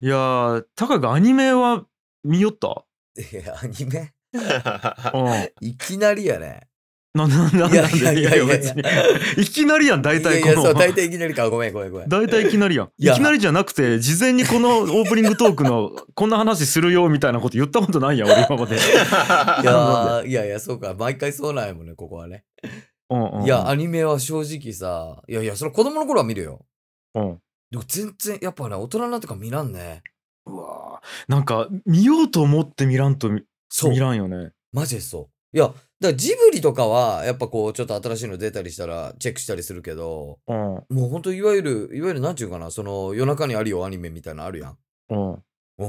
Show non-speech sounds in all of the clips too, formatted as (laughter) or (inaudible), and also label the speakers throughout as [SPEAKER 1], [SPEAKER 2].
[SPEAKER 1] いやー、タカがアニメは見よった
[SPEAKER 2] いや、アニメ
[SPEAKER 1] うん。
[SPEAKER 2] いきなりやね。
[SPEAKER 1] な、な、な、なん
[SPEAKER 2] いや
[SPEAKER 1] で
[SPEAKER 2] い
[SPEAKER 1] い
[SPEAKER 2] や
[SPEAKER 1] や
[SPEAKER 2] い
[SPEAKER 1] い
[SPEAKER 2] や
[SPEAKER 1] や、
[SPEAKER 2] いや
[SPEAKER 1] 別に。いきなりやん、大体
[SPEAKER 2] いやいや
[SPEAKER 1] こ
[SPEAKER 2] そ
[SPEAKER 1] の
[SPEAKER 2] う、。大体いきなりか。 (laughs) ごめん、ごめん、ごめん。
[SPEAKER 1] 大体いきなりやん。
[SPEAKER 2] いや
[SPEAKER 1] いきなりじゃなくて、事前にこのオープニングトークの、こんな話するよみたいなこと言ったことないやん、俺今まで。
[SPEAKER 2] いやー、いやいや、そうか。毎回そうなんやもんね、ここはね。
[SPEAKER 1] うんうんうん。
[SPEAKER 2] いや、アニメは正直さ、いやいや、それ子供の頃は見るよ。
[SPEAKER 1] うん。
[SPEAKER 2] でも全然、やっぱね、大人になってから見らんね。
[SPEAKER 1] うわーなんか、見ようと思って見らんと見
[SPEAKER 2] そう
[SPEAKER 1] 見。らんよね。
[SPEAKER 2] マジでそう。いや、だからジブリとかは、やっぱこう、ちょっと新しいの出たりしたら、チェックしたりするけど、
[SPEAKER 1] うん。
[SPEAKER 2] もうほんといわゆる、いわゆるなんちゅうかな、その、夜中にあるよアニメみたいなのあるやん。
[SPEAKER 1] うん。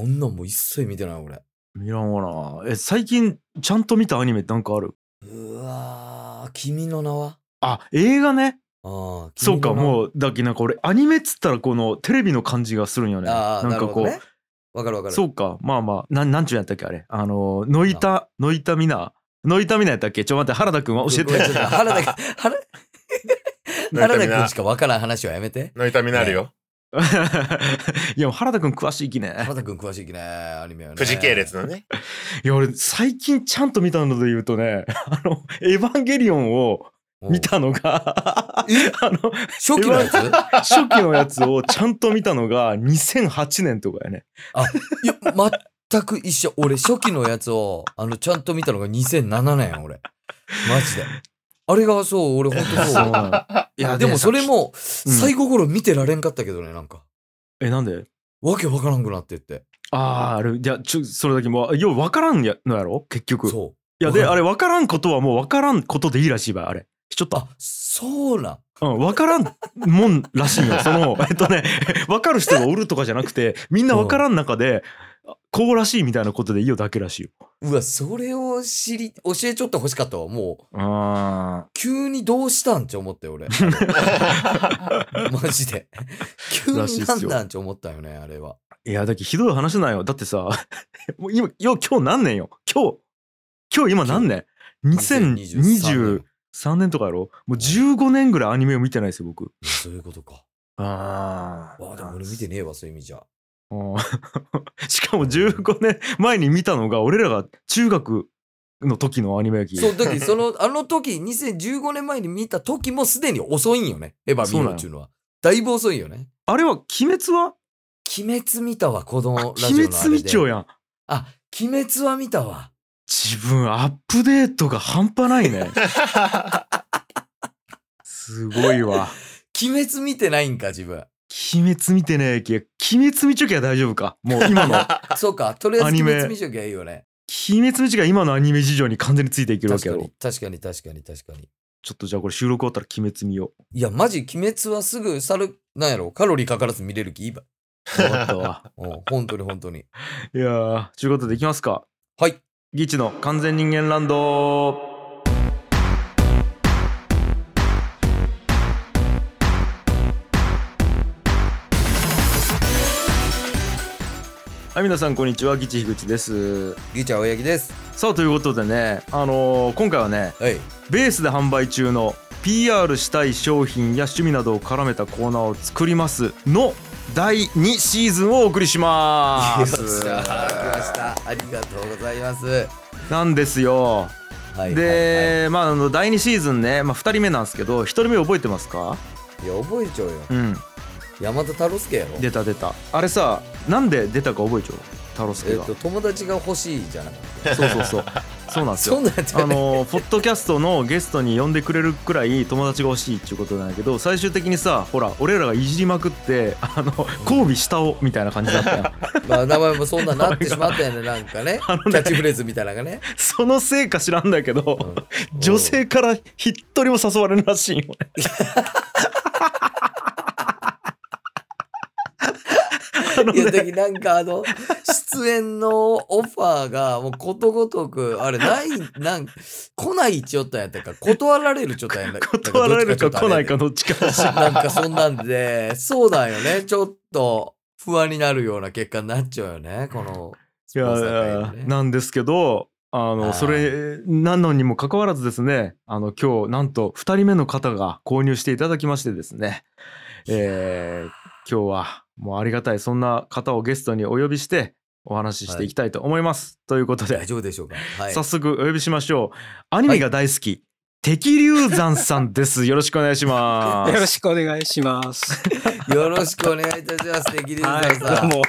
[SPEAKER 2] あんなんもう一切見てない、俺。
[SPEAKER 1] 見らんわな。え、最近、ちゃんと見たアニメなんかある
[SPEAKER 2] うわー、君の名は
[SPEAKER 1] あ、映画ね。
[SPEAKER 2] ああ、
[SPEAKER 1] そうか、
[SPEAKER 2] う。
[SPEAKER 1] もう、だっけなんか俺、アニメっつったら、このテレビの感じがするんよね。
[SPEAKER 2] ああ、
[SPEAKER 1] な
[SPEAKER 2] なん
[SPEAKER 1] か
[SPEAKER 2] るほ
[SPEAKER 1] こ
[SPEAKER 2] ど
[SPEAKER 1] う、
[SPEAKER 2] ね。わかるわかる。
[SPEAKER 1] そうか、まあまあ、なん、なんちゅうんやったっけ、あれ。あのー、ノイタ、ノイタミナ、ノイタミナやったっけちょ、待って、原田くんは教え
[SPEAKER 2] ごめん
[SPEAKER 1] て。
[SPEAKER 2] ちょっと原田、原原田君しかわからん話はやめて。
[SPEAKER 3] の痛みなるよ。
[SPEAKER 1] (laughs) いや、原田くん詳しいきね
[SPEAKER 2] 原。田君詳しいきね、アニメはね。
[SPEAKER 3] 富士系列のね。
[SPEAKER 1] いや、俺、最近ちゃんと見たので言うとね、あの、エヴァンゲリオンを
[SPEAKER 2] うん。
[SPEAKER 1] 見たのが、 (laughs) あの、
[SPEAKER 2] 初期のやつ
[SPEAKER 1] 初期のやつをちゃんと見たのが2008年とかやね。
[SPEAKER 2] (laughs) いや、全く一緒。俺、初期のやつを、あの、ちゃんと見たのが2007年、俺。マジで。あれが、そう、俺、ほんとそう。
[SPEAKER 1] いや
[SPEAKER 2] でも、それ。も、
[SPEAKER 1] うん
[SPEAKER 2] 最後頃見てられんかったけどね、なんか。
[SPEAKER 1] え、なんで
[SPEAKER 2] わけわからんくなってって。
[SPEAKER 1] ああ、あれ、いや、ちょ、それだけもう、よう分からんやのやろ結局。い
[SPEAKER 2] そう。
[SPEAKER 1] や、で、
[SPEAKER 2] わかん
[SPEAKER 1] あれ、分からんことはもう分からんことでいいらしいばい、あれ。しちょっと、
[SPEAKER 2] あ、そうなん。
[SPEAKER 1] うん、分からんもんらしい
[SPEAKER 2] (laughs)
[SPEAKER 1] よ。その、えっとね、 (laughs) 分かる人がおるとかじゃなくて、みんな分からん中で、あこうらしいみたいなことでいいよだけらしいよ。
[SPEAKER 2] うわ、それを知り、教えちょってほしかったわ。もう、
[SPEAKER 1] あ
[SPEAKER 2] 急にどうしたんって思ったよ、俺。 (laughs) マジで。急
[SPEAKER 1] らしい
[SPEAKER 2] に
[SPEAKER 1] っ
[SPEAKER 2] なん
[SPEAKER 1] すよ
[SPEAKER 2] なんって思ったよね、あれは。
[SPEAKER 1] いや、だけどひどい話なんよ。だってさ、 (laughs) もう今、よう、今日何年よ今日、今日今何年 ?2023
[SPEAKER 2] 年
[SPEAKER 1] 年とかやろもう15年ぐらいアニメを見てないですよ、僕。
[SPEAKER 2] そういうこ
[SPEAKER 1] (laughs)
[SPEAKER 2] とか。
[SPEAKER 1] あ
[SPEAKER 2] わあ、でも俺見てねえわ、そういう意味じゃ。
[SPEAKER 1] うん (laughs) しかも15年前に見たのが俺らが中学の時のアニメやき
[SPEAKER 2] そう、だけどその、あの時、2015年前に見た時もすでに遅いんよね。エヴァ見るっていうのは。だいぶ遅いよね。
[SPEAKER 1] あれは「鬼滅は」
[SPEAKER 2] 鬼滅見たわ、この
[SPEAKER 1] あ
[SPEAKER 2] ラ
[SPEAKER 1] 鬼
[SPEAKER 2] ジオのあれで。
[SPEAKER 1] 滅見ちょうやん
[SPEAKER 2] あ、鬼滅は見たわ。
[SPEAKER 1] 自分アップデートが半端ない
[SPEAKER 2] (laughs)
[SPEAKER 1] ね
[SPEAKER 3] (laughs)
[SPEAKER 1] すごいわ
[SPEAKER 2] 鬼滅見てないんか、自分。
[SPEAKER 1] 鬼滅見てねえけ鬼滅見ちょきゃ大丈夫かもう今
[SPEAKER 2] (laughs)
[SPEAKER 1] の
[SPEAKER 2] そうか、とりあえ
[SPEAKER 1] ア
[SPEAKER 2] ず
[SPEAKER 1] ニメ
[SPEAKER 2] 鬼滅見ちゃきゃいいよね。
[SPEAKER 1] 鬼滅見ちょきゃ今のアニメ事情に完全についていけるわけ
[SPEAKER 2] 確
[SPEAKER 1] や
[SPEAKER 2] か
[SPEAKER 1] ろ
[SPEAKER 2] に、確かに、確かに、確かに。
[SPEAKER 1] ちょっとじゃあこれ収録終わったら鬼滅見よ
[SPEAKER 2] (laughs) いや、マジ、鬼滅はすぐ、さる、なんやろ、カロリーかからず見れる気いいば。
[SPEAKER 1] う終わった
[SPEAKER 2] (laughs)
[SPEAKER 1] わ
[SPEAKER 2] うん、本当に本当に。
[SPEAKER 1] いやーちゅうことでいきますか
[SPEAKER 2] はい。
[SPEAKER 1] ギチの完全人間ランドはい皆さんこんにちはギチ樋口です
[SPEAKER 2] ギーちゃん、青柳です。
[SPEAKER 1] さあということでねあのー今回はね
[SPEAKER 2] はい。
[SPEAKER 1] ベースで販売中の PR したい商品や趣味などを絡めたコーナーを作りますの第2シーズンをお送りします
[SPEAKER 2] よっしゃー来ました。ありがとうございます。は
[SPEAKER 1] なんですよ
[SPEAKER 2] い。
[SPEAKER 1] で、まああの第2シーズンね、まあ、2人目なんですけど1人目覚えてますか
[SPEAKER 2] はいはい、いや、覚えちゃうよ。
[SPEAKER 1] うん
[SPEAKER 2] 山田太郎介やろ。
[SPEAKER 1] 出た出たあれさなんで出たか覚えちゃう太郎
[SPEAKER 2] え
[SPEAKER 1] 介
[SPEAKER 2] っ
[SPEAKER 1] が、
[SPEAKER 2] と、友達が欲しいじゃなくて。
[SPEAKER 1] そうそう
[SPEAKER 2] (laughs)
[SPEAKER 1] そうそうなんです
[SPEAKER 2] そ
[SPEAKER 1] よ
[SPEAKER 2] んなんやった
[SPEAKER 1] あ
[SPEAKER 2] よね。
[SPEAKER 1] のポッドキャストのゲストに呼んでくれるくらい友達が欲しいっていうことなんだけど最終的にさほら俺らがいじりまくってあの交尾したおみたいな感じだったやん
[SPEAKER 2] (laughs) まあ、名前もそんななってしまったよね、なんかね。
[SPEAKER 1] (laughs)
[SPEAKER 2] キ
[SPEAKER 1] あのね
[SPEAKER 2] ャッチフレーズみたいなのがね。
[SPEAKER 1] そのせいか知らんだけ
[SPEAKER 2] う
[SPEAKER 1] ど
[SPEAKER 2] ん
[SPEAKER 1] 女性から一人も誘われるらしいよねあの
[SPEAKER 2] いや、
[SPEAKER 1] ね
[SPEAKER 2] だけどなんかあの、出演のオファーがもうことごとく、あれ、ない、なん、来ないちょっとやったか、断られるちょっとやったか。
[SPEAKER 1] 断られるか来ないか
[SPEAKER 2] どっ
[SPEAKER 1] どっちかだ
[SPEAKER 2] ち
[SPEAKER 1] し
[SPEAKER 2] ちょっとあれやね。なんかそんなんで、そうだよね。ちょっと不安になるような結果になっちゃうよね、このス
[SPEAKER 1] い
[SPEAKER 2] ポ
[SPEAKER 1] や
[SPEAKER 2] ン
[SPEAKER 1] い
[SPEAKER 2] サー会のね。
[SPEAKER 1] やなんですけどあ
[SPEAKER 2] は
[SPEAKER 1] の
[SPEAKER 2] い
[SPEAKER 1] それなのにもかかわらずですねあの今日なんと2人目の方が購入していただきましてですねえー今日はもうありがたいそんな方をゲストにお呼びしてお話ししていきたいと思います、ということで
[SPEAKER 2] 大丈夫でしょうか。はい。
[SPEAKER 1] 早速お呼びしましょうアニメが大好き、敵流山さん
[SPEAKER 2] (laughs)
[SPEAKER 1] ですよろしくお願いしま
[SPEAKER 3] よろ
[SPEAKER 1] す
[SPEAKER 3] しくお願いします。
[SPEAKER 2] よろしくお願いいたします。敵です
[SPEAKER 3] はい、ど
[SPEAKER 2] さ。
[SPEAKER 3] うんも。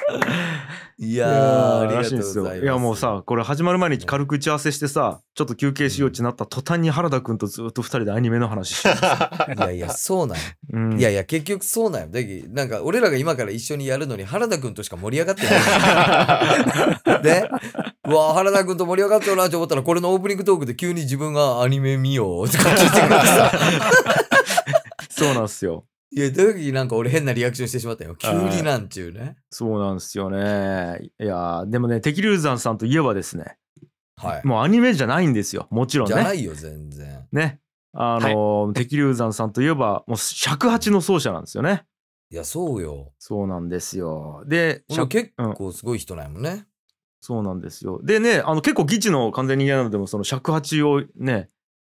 [SPEAKER 2] い
[SPEAKER 1] い
[SPEAKER 2] やー、ありがとうございます。
[SPEAKER 1] いやもうさこれ始まる前に軽く打ち合わせしてさちょっと休憩しようってなった途端に原田くんとずっと二人でアニメの話してる、
[SPEAKER 2] いやいや、そうなんよ
[SPEAKER 1] うん
[SPEAKER 2] いやいや、結局そうなんよ。だけどなんか、俺らが今から一緒にやるのに、原田くんとしか盛り上がってない。で、うわー原田くんと盛り上がってるなって思ったら、これのオープニングトークで急に自分がアニメ見ようとか
[SPEAKER 1] (laughs)
[SPEAKER 2] 聞いてくれてさ。
[SPEAKER 1] そうなんすよ
[SPEAKER 2] いや、だけどなんか俺変なリアクションしてしまったよ。急になんちゅうね。
[SPEAKER 1] そうなんですよね。いやーでもね、敵流山さんといえばですね、
[SPEAKER 2] はい。
[SPEAKER 1] もうアニメじゃないんですよ、もちろん
[SPEAKER 2] じゃな
[SPEAKER 1] ね。
[SPEAKER 2] いよ、全然。
[SPEAKER 1] ね。あのー敵流山さんといえば、もう尺八の奏者なんですよね。
[SPEAKER 2] いや、そうよ。
[SPEAKER 1] そうなんですよ。で、
[SPEAKER 2] 俺も
[SPEAKER 1] 尺
[SPEAKER 2] 結構すごい人なんやもんね。
[SPEAKER 1] そうなんですよ。でね、あの結構、議事の完全人間なのでも、その尺八をね、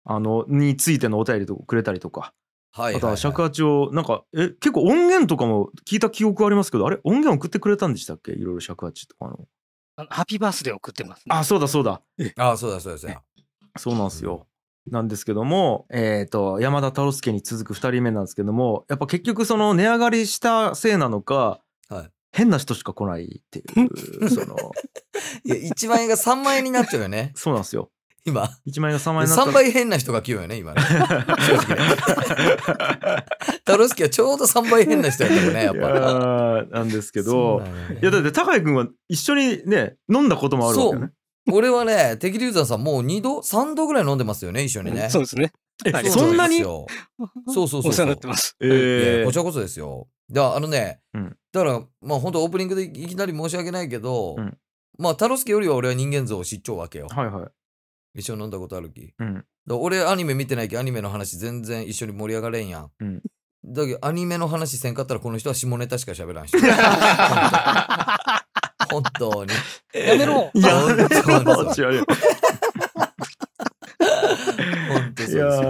[SPEAKER 1] あのについてのお便りとかくれたりとか、
[SPEAKER 2] はいはい、はい。
[SPEAKER 1] あとは尺八を、なんか、え、結構音源とかも聞いた記憶ありますけど、あれ、音源送ってくれたんでしたっけ、いろいろ尺八とかの。
[SPEAKER 3] あのハッピーバースデーを送ってます、ね。
[SPEAKER 1] あ、そうだ、そうだ。
[SPEAKER 2] ああ、そうだそうだそうだ。
[SPEAKER 1] そうなんですよ。なんですけども、えー、と山田太郎介に続く2人目なんですけどもやっぱ結局その値上がりしたせいなのか、
[SPEAKER 2] はい
[SPEAKER 1] 変な人しか来ないっていうそ
[SPEAKER 2] (laughs)
[SPEAKER 1] の。
[SPEAKER 2] いや、1万円が3万円になっちゃうよね
[SPEAKER 1] そうなんですよ
[SPEAKER 2] 今。
[SPEAKER 1] 1万円が3万円になった
[SPEAKER 2] 3倍変な人が来ようよね、今ね。正直ね。タロスキはちょうど3倍変な人やったよね、やっ
[SPEAKER 1] い
[SPEAKER 2] ぱ。
[SPEAKER 1] やーなんですけど、い
[SPEAKER 2] い
[SPEAKER 1] や
[SPEAKER 2] や
[SPEAKER 1] だって高井君は一緒にね飲んだこともあるわけよね
[SPEAKER 2] 俺はね、敵流山さんもう2度、3度ぐらい飲んでますよね、一緒にね。
[SPEAKER 3] そうですね。
[SPEAKER 1] え
[SPEAKER 3] はい
[SPEAKER 1] そんなに
[SPEAKER 2] そう (laughs) そうそうそう。
[SPEAKER 3] お世話になって
[SPEAKER 1] (laughs)
[SPEAKER 3] ます。
[SPEAKER 1] え
[SPEAKER 2] いや
[SPEAKER 1] ー
[SPEAKER 2] こちらこそですよ。だからあのね、
[SPEAKER 1] うん
[SPEAKER 2] だから、まあ本当オープニングでいきなり申し訳ないけど、
[SPEAKER 1] うん
[SPEAKER 2] まあ、タロスケよりは俺は人間像を知っちゃうわけよ。
[SPEAKER 1] はいはい
[SPEAKER 2] 一緒に飲んだことあるき。
[SPEAKER 1] うん
[SPEAKER 2] だ俺アニメ見てないけどアニメの話全然一緒に盛り上がれんやん。
[SPEAKER 1] うん
[SPEAKER 2] だけどアニメの話せんかったらこの人は下ネタしか
[SPEAKER 1] (laughs)
[SPEAKER 2] 喋らんし。本当に。
[SPEAKER 3] やめろ
[SPEAKER 1] いや
[SPEAKER 2] 本当に
[SPEAKER 1] (laughs) そう
[SPEAKER 2] そう
[SPEAKER 1] なんですよ
[SPEAKER 2] 本当そう
[SPEAKER 1] い
[SPEAKER 2] です
[SPEAKER 1] や
[SPEAKER 2] よ。
[SPEAKER 1] ー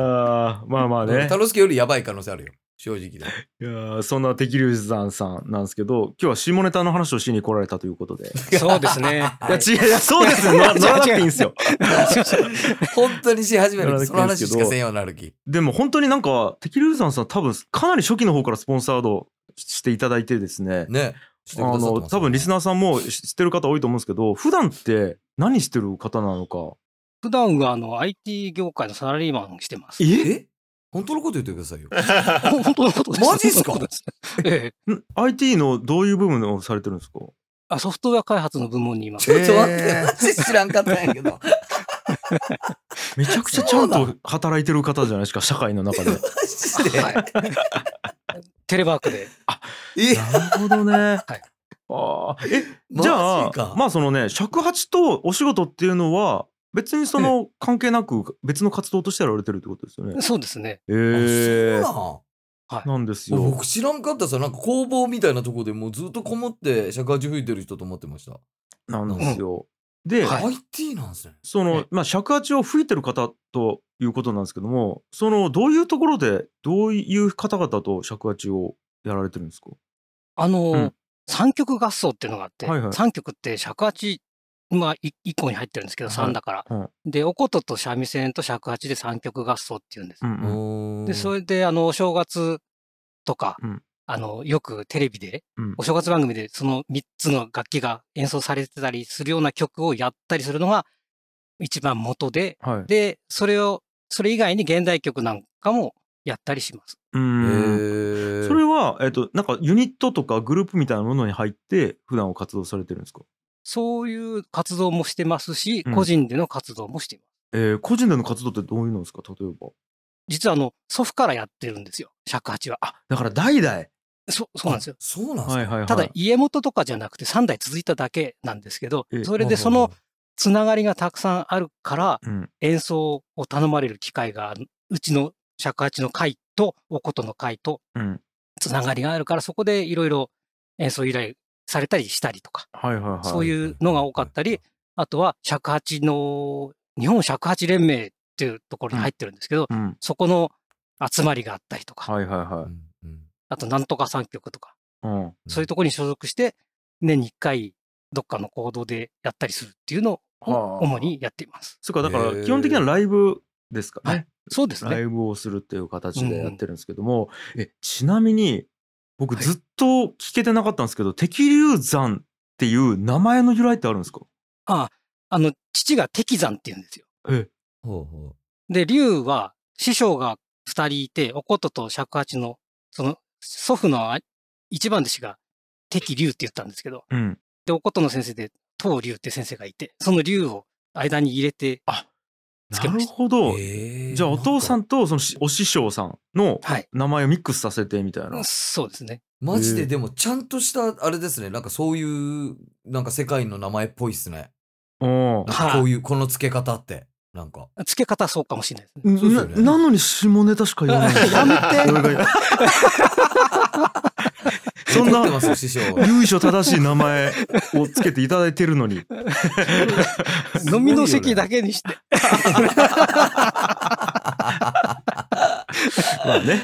[SPEAKER 1] まあまあね
[SPEAKER 2] タロスケよりやばい可能性あるよ。正直で。
[SPEAKER 1] いやーそんな敵流山さんなんですけど今日は下ネタの話をしに来られたということでい
[SPEAKER 3] そうですね。
[SPEAKER 1] や違ういやそうです (laughs) よ乗ら乗らなくていいんですよ
[SPEAKER 3] すいません
[SPEAKER 2] 本当にし始める
[SPEAKER 1] な
[SPEAKER 2] と
[SPEAKER 1] んだっけ
[SPEAKER 2] その話しかせんようになるき。
[SPEAKER 1] でも本当になんか敵流山さん多分かなり初期の方からスポンサードしていただいてですね
[SPEAKER 2] ね。し
[SPEAKER 1] あ
[SPEAKER 2] てくださってますよね
[SPEAKER 1] の多分リスナーさんも知ってる方多いと思うんですけど普段って何してる方なのか
[SPEAKER 3] 普段はあの IT 業界のサラリーマンしてます。
[SPEAKER 1] え
[SPEAKER 2] え本当のこと言ってく
[SPEAKER 1] (laughs)
[SPEAKER 2] ださいよ。
[SPEAKER 3] ほ本当のことです。
[SPEAKER 2] マジっすか
[SPEAKER 3] 本当のこと (laughs) ですええ。
[SPEAKER 1] ん IT のどういう部分をされてるんですか
[SPEAKER 3] あ、ソフトウェア開発の部門にいます。
[SPEAKER 2] ちょっと待って、
[SPEAKER 1] えー
[SPEAKER 2] (laughs) マジ知らんかったんやけど。
[SPEAKER 1] めちゃくちゃちゃん
[SPEAKER 2] そう
[SPEAKER 1] と働いてる方じゃないです
[SPEAKER 2] (laughs)
[SPEAKER 1] か社会の中で
[SPEAKER 2] マジで。
[SPEAKER 3] テレワークで。
[SPEAKER 2] え
[SPEAKER 1] なるほどね、
[SPEAKER 3] い
[SPEAKER 1] あーえじゃ
[SPEAKER 2] マ
[SPEAKER 1] あ
[SPEAKER 2] ジか
[SPEAKER 1] まあそのね尺八とお仕事っていうのは別にその関係なく別の活動としてやられてるってことですよね。
[SPEAKER 3] そうですね。
[SPEAKER 1] え
[SPEAKER 2] あ
[SPEAKER 1] ー、
[SPEAKER 2] そ
[SPEAKER 1] なんです
[SPEAKER 2] うなん
[SPEAKER 1] よ。
[SPEAKER 2] 僕知らんかったさなんか工房みたいなとこでもうずっとこもって尺八吹いてる人と思ってました、
[SPEAKER 1] なんですよ。で、
[SPEAKER 3] はい
[SPEAKER 2] IT なんですね
[SPEAKER 1] その、まあ、尺八を吹いてる方ということなんですけどもそのどういうところでどういう方々と尺八をやられてるんですか
[SPEAKER 3] あの、
[SPEAKER 1] うん
[SPEAKER 3] 三曲合奏っていうのがあって、
[SPEAKER 1] は
[SPEAKER 3] 三
[SPEAKER 1] いはい
[SPEAKER 3] 曲って尺八、まあ、い一個に入ってるんですけど、
[SPEAKER 1] はい
[SPEAKER 3] 三だか
[SPEAKER 1] う
[SPEAKER 3] ら。
[SPEAKER 1] ん
[SPEAKER 3] で、おことと三味線と尺八で三曲合奏っていうんです。
[SPEAKER 1] うんうん
[SPEAKER 2] おー
[SPEAKER 3] で、それで、あの、お正月とか、
[SPEAKER 1] うん
[SPEAKER 3] あの、よくテレビで、
[SPEAKER 1] うん
[SPEAKER 3] お正月番組でその3つの楽器が演奏されてたりするような曲をやったりするのが一番元で、
[SPEAKER 1] はい、
[SPEAKER 3] で、それを、それ以外に現代曲なんかもやったりします。
[SPEAKER 1] う
[SPEAKER 2] へ
[SPEAKER 1] ん
[SPEAKER 2] ー
[SPEAKER 1] それは、えっと、なんかユニットとかグループみたいなものに入って普段は活動されてるんですか
[SPEAKER 3] そういう活動もしてますし、
[SPEAKER 1] うん
[SPEAKER 3] 個人での活動もしています。
[SPEAKER 1] えー、個人での活動ってどういうのですか例えば。
[SPEAKER 3] 実はあの、祖父からやってるんですよ、尺八は。あ、
[SPEAKER 1] だから代々。
[SPEAKER 3] そそうなんですよ。
[SPEAKER 2] そうなんです
[SPEAKER 1] はい
[SPEAKER 2] か、
[SPEAKER 1] はいはい。
[SPEAKER 3] ただ、家元とかじゃなくて3代続いただけなんですけど
[SPEAKER 1] ええ、
[SPEAKER 3] それでそのつながりがたくさんあるから、
[SPEAKER 1] うん、
[SPEAKER 3] 演奏を頼まれる機会が、うちの尺八の会と、おことの会と
[SPEAKER 1] うん。
[SPEAKER 3] つながりがあるから、そこでいろいろ演奏依頼されたりしたりとか、
[SPEAKER 1] はいはいはい。
[SPEAKER 3] そういうのが多かったり、あとは尺八の、日本尺八連盟っていうところに入ってるんですけど、
[SPEAKER 1] うん。
[SPEAKER 3] そこの集まりがあったりとか、
[SPEAKER 1] はいはいは
[SPEAKER 2] うんうん
[SPEAKER 3] あとなんとか三曲とか、
[SPEAKER 1] うん。
[SPEAKER 3] そういうところに所属して、年に1回、どっかの行動でやったりするっていうのを
[SPEAKER 1] はあ
[SPEAKER 3] 主にやっています。
[SPEAKER 1] そっか、だか
[SPEAKER 2] へ
[SPEAKER 1] ら
[SPEAKER 2] ー
[SPEAKER 1] 基本的にはライブですかね。
[SPEAKER 3] そうです
[SPEAKER 1] ラ
[SPEAKER 3] ね。
[SPEAKER 1] イブをするっていう形でやってるんですけども、えちなみに僕ずっと聞けてなかったんですけど、敵流山っていう名前の由来ってあるんですか
[SPEAKER 3] ああの、父が敵山って言うんですよ。
[SPEAKER 1] え
[SPEAKER 2] ほうほ
[SPEAKER 3] で、龍は師匠が2人いて、おことと尺八の、その祖父のあ一番弟子が敵龍って言ったんですけど、
[SPEAKER 1] うん。
[SPEAKER 3] で、おことの先生で東龍って先生がいて、その龍を間に入れて、
[SPEAKER 1] あ
[SPEAKER 3] つ
[SPEAKER 1] な
[SPEAKER 3] けま
[SPEAKER 1] る
[SPEAKER 3] した
[SPEAKER 1] ほ
[SPEAKER 2] う
[SPEAKER 1] ど。
[SPEAKER 2] へー
[SPEAKER 1] じゃあお父さんとそのしお師匠さんの
[SPEAKER 3] はい。
[SPEAKER 1] 名前をミックスさせてみたいな。
[SPEAKER 3] そうですね。
[SPEAKER 2] マジ
[SPEAKER 1] えー
[SPEAKER 2] ででもちゃんとしたあれですねなんかそういうなんか世界の名前っぽいっすね
[SPEAKER 1] うん
[SPEAKER 2] なんかこういうこの付け方ってなんか
[SPEAKER 3] 付け方はそうかもしれないですね。
[SPEAKER 1] な
[SPEAKER 2] そうですよね
[SPEAKER 1] なのに下ネタしか言わない。
[SPEAKER 3] (laughs) やめ
[SPEAKER 1] 俺が (laughs) そん
[SPEAKER 2] 怒って
[SPEAKER 1] な
[SPEAKER 2] ます師匠
[SPEAKER 1] 由緒正しい名前をつけていただいてるのに。
[SPEAKER 3] (laughs) 飲みの席だけにして。
[SPEAKER 1] まあ
[SPEAKER 3] (laughs)
[SPEAKER 1] ね。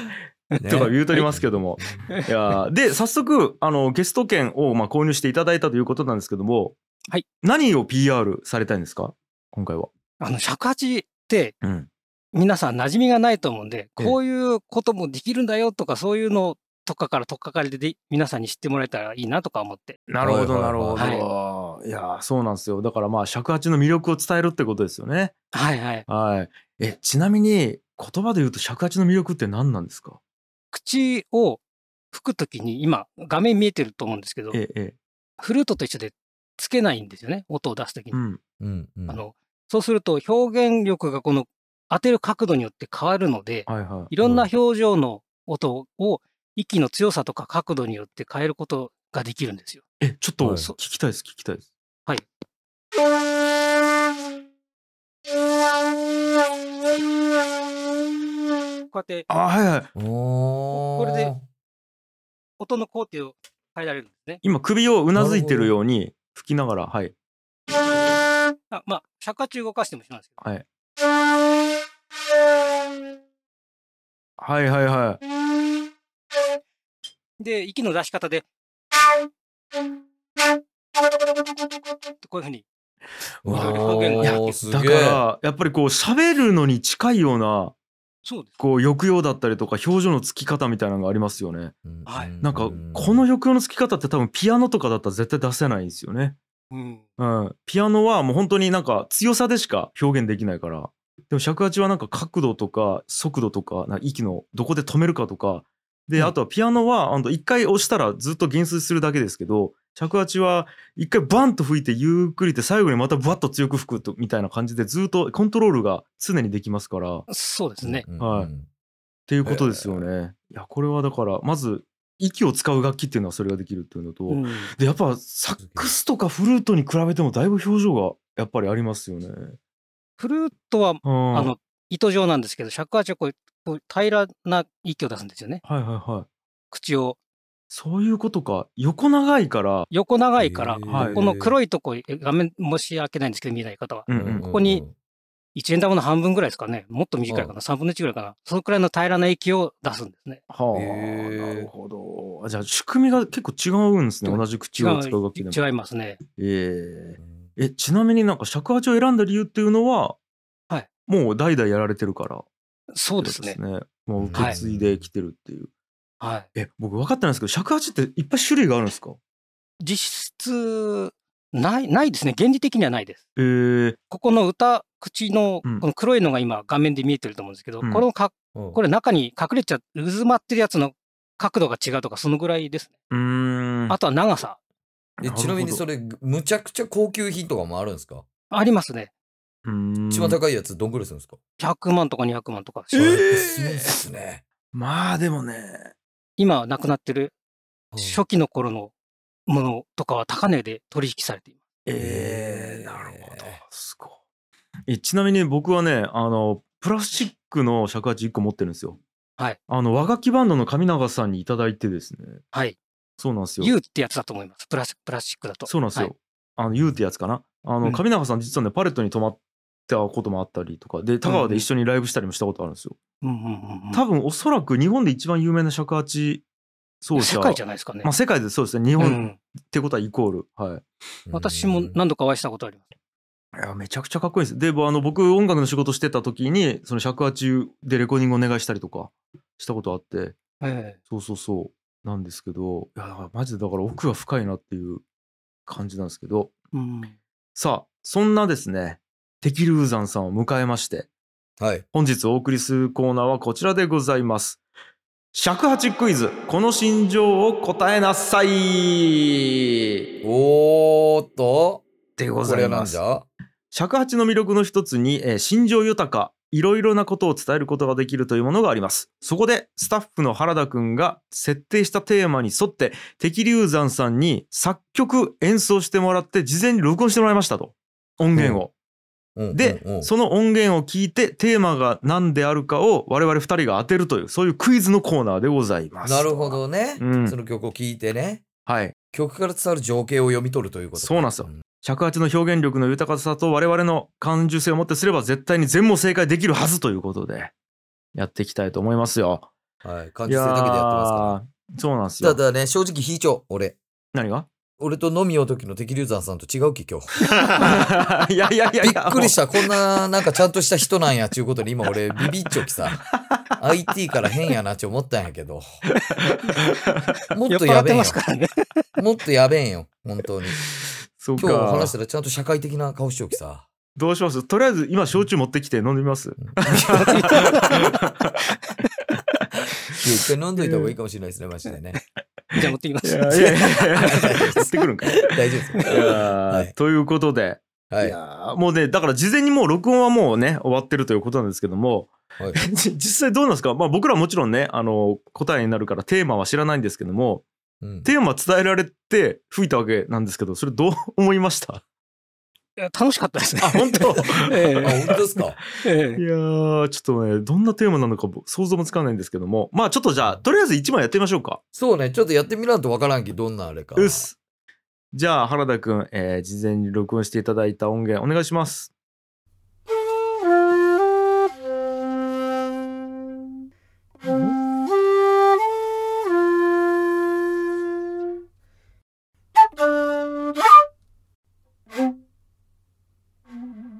[SPEAKER 1] (laughs)
[SPEAKER 2] ね
[SPEAKER 1] とか言うとりますけども。いやーで、早速、あの、ゲスト券をまあ購入していただいたということなんですけども、
[SPEAKER 3] はい。
[SPEAKER 1] 何を PR されたいんですか今回は。
[SPEAKER 3] あの、尺八って
[SPEAKER 1] うん。
[SPEAKER 3] 皆さん馴染みがないと思うんで、
[SPEAKER 1] ええ
[SPEAKER 3] こういうこともできるんだよとか、そういうのとかからとっかかりでで皆さんに知ってもらえたらいいなとか思って。
[SPEAKER 1] な
[SPEAKER 2] るほど
[SPEAKER 3] なるほど
[SPEAKER 1] い、やーそうなんですよ。だからまあ、尺八の魅力を伝えるってことですよね。
[SPEAKER 3] はいはい。
[SPEAKER 1] はい。え、ちなみに、言葉で言うと尺八の魅力って何なんですか
[SPEAKER 3] 口を吹くときに、今、画面見えてると思うんですけど、
[SPEAKER 1] ええ、え
[SPEAKER 3] フルートと一緒でつけないんですよね、音を出すとき
[SPEAKER 1] え。
[SPEAKER 3] に、
[SPEAKER 1] うん。
[SPEAKER 2] うんうん
[SPEAKER 3] あの。そうすると表現力がこの当てる角度によって変わるので、
[SPEAKER 1] はいはい。
[SPEAKER 3] いろんな表情の音を息の強さとか角度によって変えることができるんですよ。
[SPEAKER 1] え、ちょっと
[SPEAKER 2] はい
[SPEAKER 1] 聞きたいです、聞きたいです。
[SPEAKER 3] こうやって
[SPEAKER 1] あ、はいはい。
[SPEAKER 2] おー
[SPEAKER 3] これで音の工程を変えられるんですね。
[SPEAKER 1] 今、首をうなずいてるように吹きながら、はい。
[SPEAKER 3] あまあ、尺八動かしても一緒なんですけど、
[SPEAKER 1] はい。はいはいはい。
[SPEAKER 3] で、息の出し方で、こういうふうに、
[SPEAKER 1] うわ
[SPEAKER 2] お
[SPEAKER 3] 表現が
[SPEAKER 2] ーす
[SPEAKER 1] だか
[SPEAKER 2] げえ
[SPEAKER 1] らやっぱりこう喋るのに近いような
[SPEAKER 3] そうです。
[SPEAKER 1] こう抑揚だったりとか表情のつき方みたいなのがありますよね。
[SPEAKER 3] はい
[SPEAKER 1] なんかこの
[SPEAKER 2] よ
[SPEAKER 1] 抑揚のつき方って多分ピアノとかだったら絶対出せないんですよね。
[SPEAKER 3] うん、
[SPEAKER 1] うん、ピアノはもう本当になんか強さでしか表現できないからでも尺八はなんか角度とか速度とかなんか息のどこで止めるかとかで、
[SPEAKER 3] うん
[SPEAKER 1] あとはピアノはあの一回押したらずっと減衰するだけですけど尺八は一回バンと吹いてゆっくりで最後にまたバッと強く吹くとみたいな感じでずっとコントロールが常にできますからっ
[SPEAKER 3] そうですね。
[SPEAKER 1] はいていうことですよね。いやこれはだからまず息を使う楽器っていうのはそれができるっていうのと、
[SPEAKER 3] うん
[SPEAKER 1] でやっぱサックスとかフルートに比べてもだいぶ表情がやっぱりありますよね。
[SPEAKER 3] フルートは、
[SPEAKER 1] うん
[SPEAKER 3] あの、糸状なんですけど、尺八はこうこう平らな息を出すんですよね。
[SPEAKER 1] はいはいはい。
[SPEAKER 3] 口を
[SPEAKER 1] そういうことか。横長いから。
[SPEAKER 3] 横長いから、
[SPEAKER 2] へ
[SPEAKER 1] ー
[SPEAKER 3] この黒いとこ、え画面申し訳ないんですけど、見えない方は。
[SPEAKER 1] うんうん
[SPEAKER 3] ここに一円玉の半分ぐらいですかね。もっと短いか
[SPEAKER 2] う
[SPEAKER 3] な。3分の1ぐらいかな。そのくらいの平らな息を出すんですね。
[SPEAKER 1] はあ、
[SPEAKER 2] へー
[SPEAKER 1] なるほど。あじゃあ仕組みが結構違うんですね。同じ口を使う楽器でも。
[SPEAKER 3] 違いますね。
[SPEAKER 1] えええちなみになんか尺八を選んだ理由っていうのは、
[SPEAKER 3] はい、
[SPEAKER 1] もう代々やられてるから
[SPEAKER 3] そうですね。
[SPEAKER 1] ね。もう受け継いできてるっていう。
[SPEAKER 3] はい。
[SPEAKER 1] え僕分かってないんですけど尺八っていっぱい種類があるんですか
[SPEAKER 3] 実質、ない、ないですね。原理的にはないです。
[SPEAKER 1] えー、
[SPEAKER 3] ここの歌、口の、
[SPEAKER 1] うん
[SPEAKER 3] この黒いのが今画面で見えてると思うんですけど、
[SPEAKER 1] うん
[SPEAKER 3] このか、こ
[SPEAKER 2] れ
[SPEAKER 3] れ中に隠れちゃ、渦まってるやつの角度が違うとか、そのぐらいですね。
[SPEAKER 1] うーん
[SPEAKER 3] あとは長さ。
[SPEAKER 1] なるほど
[SPEAKER 2] ちなみにそれむちゃくちゃ高級品とかもあるんですか
[SPEAKER 3] ありますね。
[SPEAKER 1] うーん
[SPEAKER 2] 一番高いやつどんぐらいするんですか
[SPEAKER 3] 100万とか200万とか。
[SPEAKER 1] えー
[SPEAKER 2] やっぱすごいっすね
[SPEAKER 1] まあでもね
[SPEAKER 3] 今亡くなってる初期の頃のものとかは高値で取引されています。
[SPEAKER 1] え
[SPEAKER 2] え
[SPEAKER 1] ー、
[SPEAKER 2] ー
[SPEAKER 1] なるほど。すごい。えちなみに僕はね、あの、プラスチックの尺八1個持ってるんですよ。
[SPEAKER 3] はい。
[SPEAKER 1] あの、和楽器バンドの上永さんにいただいてですね。
[SPEAKER 3] はい。
[SPEAKER 1] そうなんですよ。
[SPEAKER 3] U ってやつだと思います。プラスプラスチックだと。
[SPEAKER 1] そうなんですよ。
[SPEAKER 3] はい
[SPEAKER 1] あの、ユーってやつかな。あ
[SPEAKER 3] う
[SPEAKER 1] の、
[SPEAKER 3] ん
[SPEAKER 1] 上永さん実はね、パレットに泊まったこともあったりとか、で、田川で一緒にライブしたりもしたことあるんですよ。
[SPEAKER 3] うんうんうんうん
[SPEAKER 1] 多分おそらく日本で一番有名な尺八そうです
[SPEAKER 3] 世
[SPEAKER 1] よ
[SPEAKER 3] 界じゃないですかね
[SPEAKER 1] まあ、。世界でそうですね日
[SPEAKER 3] う
[SPEAKER 1] 本
[SPEAKER 3] ん、
[SPEAKER 1] ってことはイコール、はい
[SPEAKER 3] 私も
[SPEAKER 2] うん
[SPEAKER 3] 何度かお会いしたことあります。
[SPEAKER 1] いやめちゃくちゃかっこいいですであの僕音楽の仕事してた時にその尺八でレコーディングお願いしたりとかしたことあって
[SPEAKER 3] ええ
[SPEAKER 1] そうそうそうなんですけどいやだからマジでだから奥が深いなっていう感じなんですけど
[SPEAKER 3] うん
[SPEAKER 1] さあそんなですねテキルーザンさんを迎えまして
[SPEAKER 2] はい。
[SPEAKER 1] 本日お送りするコーナーはこちらでございます。尺八クイズ、この心情を答えなさい
[SPEAKER 2] おーっと、
[SPEAKER 1] でご
[SPEAKER 2] こ
[SPEAKER 1] ざい
[SPEAKER 2] れな
[SPEAKER 1] ま
[SPEAKER 2] ん
[SPEAKER 1] す
[SPEAKER 2] じ。ゃ
[SPEAKER 1] 尺八の魅力の一つに、えー心情豊かいろいろなことを伝えることができるというものがありますそこでスタッフの原田くんが設定したテーマに沿って敵龍山さんに作曲演奏してもらって事前に録音してもらいましたと音源を、
[SPEAKER 2] うん
[SPEAKER 1] で、
[SPEAKER 2] うんうん
[SPEAKER 1] その音源を聞いてテーマが何であるかを我々二人が当てるというそういうクイズのコーナーでございます
[SPEAKER 2] なるほどね、
[SPEAKER 1] うん
[SPEAKER 2] その曲を聴いてね、
[SPEAKER 1] はい
[SPEAKER 2] 曲から伝わる情景を読み取るということか
[SPEAKER 1] そうなんですよ尺八の表現力の豊かさと我々の感受性をもってすれば絶対に全問正解できるはずということでやっていきたいと思いますよ。
[SPEAKER 2] はい、感じ性だけでやってますか
[SPEAKER 1] いやーそうなんです
[SPEAKER 2] ら。
[SPEAKER 1] よ。
[SPEAKER 2] ただね、正直引いちゃう、俺。
[SPEAKER 1] 何が
[SPEAKER 2] 俺と飲みよう時の敵流山さんと違うき、今
[SPEAKER 1] (laughs)
[SPEAKER 2] 日。
[SPEAKER 1] いやい (laughs) やいや
[SPEAKER 2] び
[SPEAKER 1] い
[SPEAKER 2] っ
[SPEAKER 1] や。
[SPEAKER 2] くりした。こんな、なんかちゃんとした人なんや、ちゅうことに今俺、ビビっちょきさ。IT から変やなって思ったんやけ
[SPEAKER 1] (laughs)
[SPEAKER 2] ど。もっ
[SPEAKER 3] 酔っ
[SPEAKER 2] とや
[SPEAKER 3] 払っ
[SPEAKER 2] べえ
[SPEAKER 3] て
[SPEAKER 2] んよ
[SPEAKER 3] ま。すからね。 (laughs)
[SPEAKER 2] もっとやべえんよ、本当に。
[SPEAKER 1] そう
[SPEAKER 2] 今日
[SPEAKER 1] か
[SPEAKER 2] 話し。たらちゃんと社会的な顔しよきさ。
[SPEAKER 1] どうしますとりあえず今焼酎持ってきて飲んでみ
[SPEAKER 2] (laughs)
[SPEAKER 1] ます。
[SPEAKER 2] いや一回飲んどいた方がいいかもしれないですね、マジ (laughs) でね。
[SPEAKER 3] じゃあ持ってきま
[SPEAKER 1] い
[SPEAKER 3] す。
[SPEAKER 1] やいやいやいや。持ってくるんかい。い
[SPEAKER 2] 大丈夫です
[SPEAKER 1] や
[SPEAKER 2] よ。
[SPEAKER 1] ー
[SPEAKER 2] はい
[SPEAKER 1] ということで、
[SPEAKER 2] はいい。
[SPEAKER 1] やーもうねだから事前にもう録音はもうね終わってるということなんですけど
[SPEAKER 2] (laughs)
[SPEAKER 1] も、
[SPEAKER 2] はい
[SPEAKER 1] じ実際どうなんですか、まあ、僕らもちろんねあの答えになるからテーマは知らないんですけども
[SPEAKER 2] うん
[SPEAKER 1] テーマ伝えられて吹いたわけなんですけどそれどう思いま (laughs) した
[SPEAKER 3] いや楽しかったですね。
[SPEAKER 1] あ本当
[SPEAKER 3] (laughs) え
[SPEAKER 2] (laughs) あ、本当ですか。
[SPEAKER 3] ええ
[SPEAKER 1] いやーちょっとねどんなテーマなのか僕想像もつかないんですけどもまあちょっとじゃあとりあえず1枚やってみましょうか
[SPEAKER 2] そうね、ちょっとやってみらんとわからんき、どんなあれか。
[SPEAKER 1] うっすじゃあ原田くん、えー事前に録音していただいた音源お願いします
[SPEAKER 4] Mm-hmm.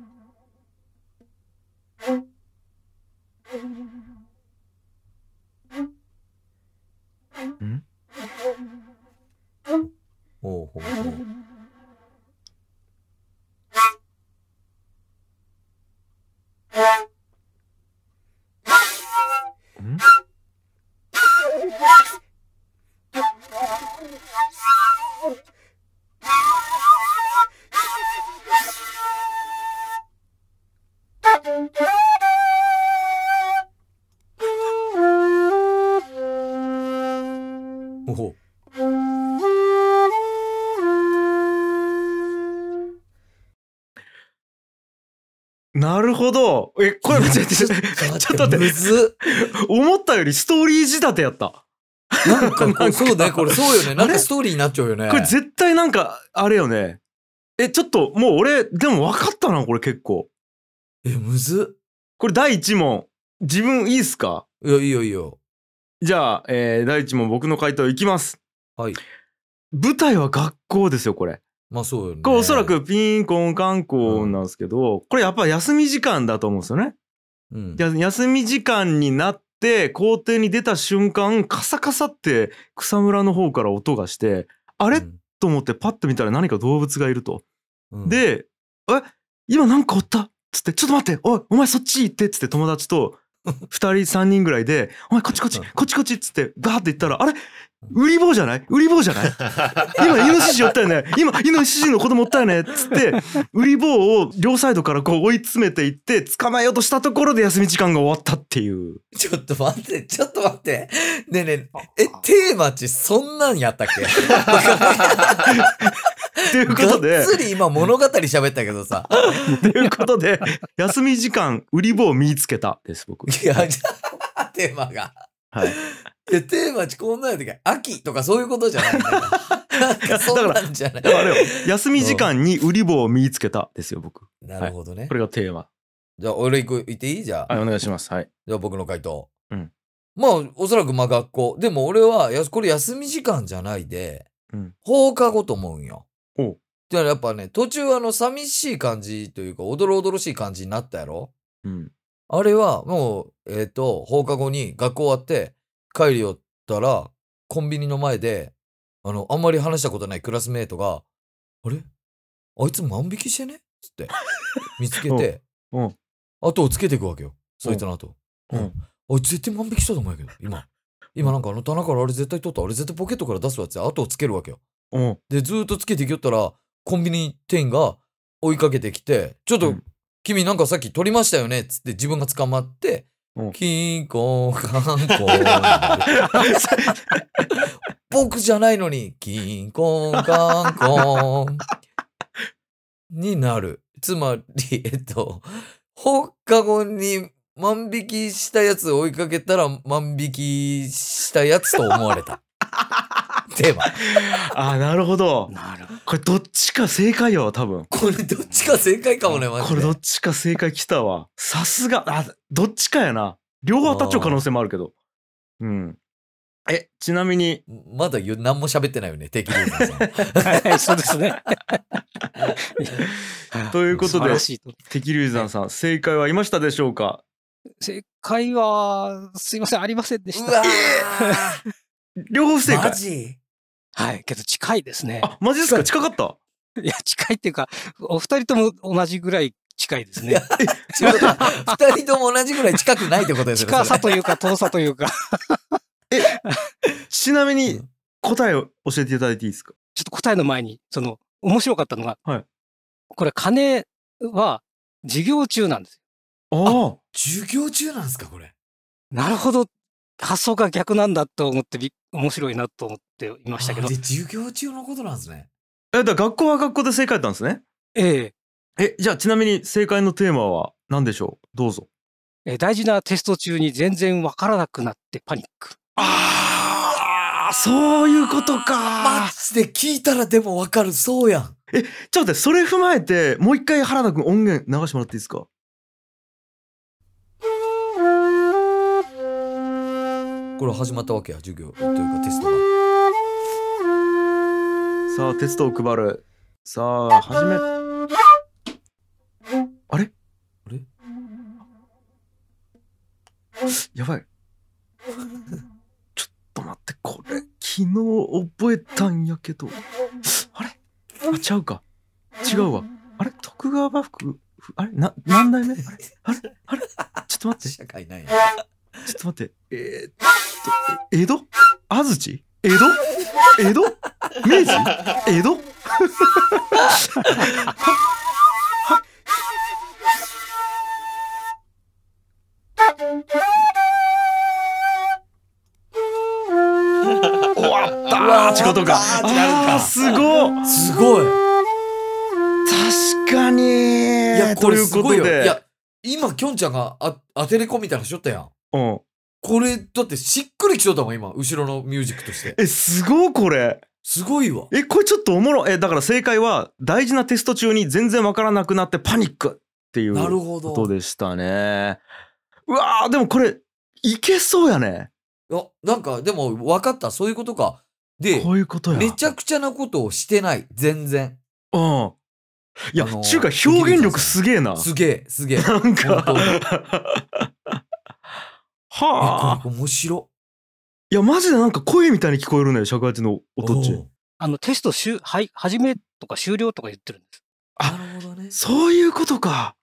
[SPEAKER 2] ほうほうほうほうほう。
[SPEAKER 1] なるほどえこれ待って待って待 (laughs) ってちょっと待っ
[SPEAKER 2] む
[SPEAKER 1] て
[SPEAKER 2] ずっ。
[SPEAKER 1] 思ったよりストーリー仕立てやった
[SPEAKER 2] なんかこう、そうね、これそうよね。なん
[SPEAKER 1] あ
[SPEAKER 2] か
[SPEAKER 1] れ
[SPEAKER 2] ストーリーになっちゃうよね。
[SPEAKER 1] これ絶対なんかあれよねえちょっともう俺でも分かったなこれ結構
[SPEAKER 2] え、むず
[SPEAKER 1] これ第1問自分いいっすか
[SPEAKER 2] っ。いや、いいよ、いいよ。
[SPEAKER 1] じゃあ、えー第1問僕の回答いきます
[SPEAKER 2] はい
[SPEAKER 1] 舞台は学校ですよこれ
[SPEAKER 2] まあそうよね。
[SPEAKER 1] これおそらくピンコン観光なんですけど、これやっぱ休み時間だと思うんですよね
[SPEAKER 2] うん、
[SPEAKER 1] や休み時間になって校庭に出た瞬間カサカサって草むらの方から音がしてあ
[SPEAKER 2] あ
[SPEAKER 1] れ、と思ってパッと見たら何か動物がいると
[SPEAKER 2] うん、
[SPEAKER 1] で、え今なんかおったつって、ちょっと待って、おい、お前そっち行ってつって友達
[SPEAKER 2] (laughs)
[SPEAKER 1] と、2人3人ぐらいで、お前こっちこっち、
[SPEAKER 2] うん
[SPEAKER 1] こっちこっちっつって、ガーって行ったら、あれ売り棒じゃない売り棒じゃ
[SPEAKER 2] (laughs)
[SPEAKER 1] ない今、イノシシおったよね今、イノシシの子供おったよねつって、売り棒を両サイドからこう追い詰めていって、捕まえようとしたところで休み時間が終わったっていう。
[SPEAKER 2] ちょっと待って、ちょっと待って。ねえねえ、え、テーマち、そんなんやったっ
[SPEAKER 1] (laughs)
[SPEAKER 2] け
[SPEAKER 1] ということ
[SPEAKER 2] が
[SPEAKER 1] で
[SPEAKER 2] っ、つり今物語喋ったけど
[SPEAKER 1] (laughs)
[SPEAKER 2] さ。
[SPEAKER 1] ということで、休み時間、売り棒を見つけたです、僕。
[SPEAKER 2] いや、じゃあ、テーマが。
[SPEAKER 1] はい。
[SPEAKER 2] いや、テーマち、こんなんやったっけ秋とかそういうことじゃないんだよ。なんかそんなんじゃない。
[SPEAKER 1] だからあれよ休み時間に売り棒を見つけたですよ、僕。
[SPEAKER 2] なるほどね
[SPEAKER 1] こ。れがテーマ。
[SPEAKER 2] じゃあ、俺行く、行っていいじゃあ。
[SPEAKER 1] はい、お願いします。はい。
[SPEAKER 2] じゃあ僕の回答。
[SPEAKER 1] うん
[SPEAKER 2] まあ、おそらくまあ学校。でも俺は、やすこれ休み時間じゃないで、
[SPEAKER 1] うん
[SPEAKER 2] 放課後と思うんよ。
[SPEAKER 1] おう
[SPEAKER 2] じゃあやっぱね、途中あの、寂しい感じというか、おどろおどろしい感じになったやろ
[SPEAKER 1] うん。
[SPEAKER 2] あれは、もう、えっ、と、放課後に学校終わって、帰り寄ったら、コンビニの前で、あの、あんまり話したことないクラスメートが、あれあいつ万引きしてねつって、見つけ
[SPEAKER 1] (laughs)
[SPEAKER 2] て、
[SPEAKER 1] うんうん
[SPEAKER 2] 後をつけていくわけよ。そいつの後。
[SPEAKER 1] うん
[SPEAKER 2] あいつ絶対万引きしたと思うんやけど、今。今なんかあの棚からあれ絶対取った、あれ絶対ポケットから出すわっつって後をつけるわけよ。
[SPEAKER 1] おう
[SPEAKER 2] で、ずーっとつけていきよったら、コンビニ店員が追いかけてきて、ちょっと、
[SPEAKER 1] うん
[SPEAKER 2] 君なんかさっき取りましたよねっつって自分が捕まって
[SPEAKER 1] うん、
[SPEAKER 2] キンコンカンコン。僕じゃないのに、キンコンカンコン。になる。つまり、えっと、放課後に万引きしたやつを追いかけたら万引きしたやつと思われた。テーマ。
[SPEAKER 1] あーなるほど。
[SPEAKER 3] なるほど。
[SPEAKER 1] これどっちか正解やわ多分。
[SPEAKER 2] これどっちか正解かもね、マジ
[SPEAKER 1] こ
[SPEAKER 2] で。
[SPEAKER 1] れどっちか正解きたわ。さすがあどっちかやな。両方当たっちゃう可能性もあるけど。うん。えちなみに
[SPEAKER 2] まだ言う何も喋ってないよね、敵流さん。
[SPEAKER 3] はい、そうですね。
[SPEAKER 1] という (laughs) ことで
[SPEAKER 3] 素晴らしいと
[SPEAKER 1] 敵龍山さん正解はいましたでしょうか。
[SPEAKER 3] 正解は、すいません、ありませんでし
[SPEAKER 2] う
[SPEAKER 3] た
[SPEAKER 2] わ。ー
[SPEAKER 1] 両方不正
[SPEAKER 2] マ
[SPEAKER 1] 解。
[SPEAKER 2] ジ
[SPEAKER 3] はい、けど近いですね。
[SPEAKER 1] あマジですか近かった。
[SPEAKER 3] いや、近いっていうか、お二人とも同じぐらい近いですね。
[SPEAKER 2] ちょっと二人とも同じぐらい近くないってことですよね。
[SPEAKER 3] (laughs) 近
[SPEAKER 2] それ
[SPEAKER 3] さというか、遠さというか、 (laughs)
[SPEAKER 1] ちなみに
[SPEAKER 2] うん
[SPEAKER 1] 答えを教えていただいていいですか。
[SPEAKER 3] ちょっと答えの前に、その、面白かったのが、
[SPEAKER 1] はい
[SPEAKER 3] これ、金は授業中なんですよ。
[SPEAKER 1] ああ
[SPEAKER 2] 授業中なんですか、これ。
[SPEAKER 3] なるほど、発想が逆なんだと思ってびっ、面白いなと思っていましたけど
[SPEAKER 2] あ、で、授業中のことなんですね。
[SPEAKER 1] えだから学校は学校で正解だったんですね。
[SPEAKER 3] ええ
[SPEAKER 1] えじゃあちなみに正解のテーマは何でしょうどうぞ。
[SPEAKER 3] えー大事なテスト中に全然わからなくなってパニック。
[SPEAKER 1] ああそういうこと
[SPEAKER 2] マ
[SPEAKER 1] か。
[SPEAKER 2] ジで聞いたらでもわかる、そうやん。
[SPEAKER 1] ちょっと待ってそれ踏まえてもう一回原田君音源流してもらっていいですか。
[SPEAKER 2] これ始まったわけや、授業というかテストが。
[SPEAKER 1] さあテストを配る。さあ始め。あれ
[SPEAKER 2] あれ
[SPEAKER 1] やばい。 (laughs) ちょっと待ってこれ昨日覚えたんやけど。あれあちゃうか。違うわ。あれ徳川幕府あれな何代目あれあれあれちょっと待って。
[SPEAKER 2] 社会ないや。
[SPEAKER 1] ちょっと待って、えー、っと、江戸安土江戸江戸明治江戸終わった
[SPEAKER 2] うわ
[SPEAKER 1] ー
[SPEAKER 2] ー
[SPEAKER 1] ってことか。
[SPEAKER 2] 終わったーってなるんだ
[SPEAKER 1] あーすごい
[SPEAKER 2] すごい。 (laughs)
[SPEAKER 1] 確かに
[SPEAKER 2] い
[SPEAKER 1] い
[SPEAKER 2] や、これすごいよ。
[SPEAKER 1] ということで
[SPEAKER 2] いや、今、きょんちゃんがあ当てれこみたいなのしよったやん。
[SPEAKER 1] うん。
[SPEAKER 2] これ、だってしっくりきそうだもん、今。後ろのミュージックとして。
[SPEAKER 1] え、すごいこれ。
[SPEAKER 2] すごいわ。
[SPEAKER 1] えこれちょっとおもろえだから正解は大事なテスト中に全然わからなくなってパニックっていう
[SPEAKER 2] なる
[SPEAKER 1] こ
[SPEAKER 2] ほど。
[SPEAKER 1] とでしたねうわーでもこれいけそうやね
[SPEAKER 2] あ、なんか、でも、分かった。そういうことか。で、
[SPEAKER 1] こういうことや
[SPEAKER 2] めちゃくちゃなことをしてない。全然。
[SPEAKER 1] うんいや、
[SPEAKER 2] あのー
[SPEAKER 1] ちゅうか表現力すげえな
[SPEAKER 2] すげえ、すげえ。いや
[SPEAKER 1] なん
[SPEAKER 2] 本当に
[SPEAKER 1] か (laughs) はあ
[SPEAKER 2] これ面白。
[SPEAKER 1] いやマジでなんか声みたいに聞こえるね尺八の音っち
[SPEAKER 2] おう
[SPEAKER 3] あの、テスト終、はい、始めとか終了とか言ってるんです。
[SPEAKER 1] あ
[SPEAKER 2] なるほどね。
[SPEAKER 1] そういうことか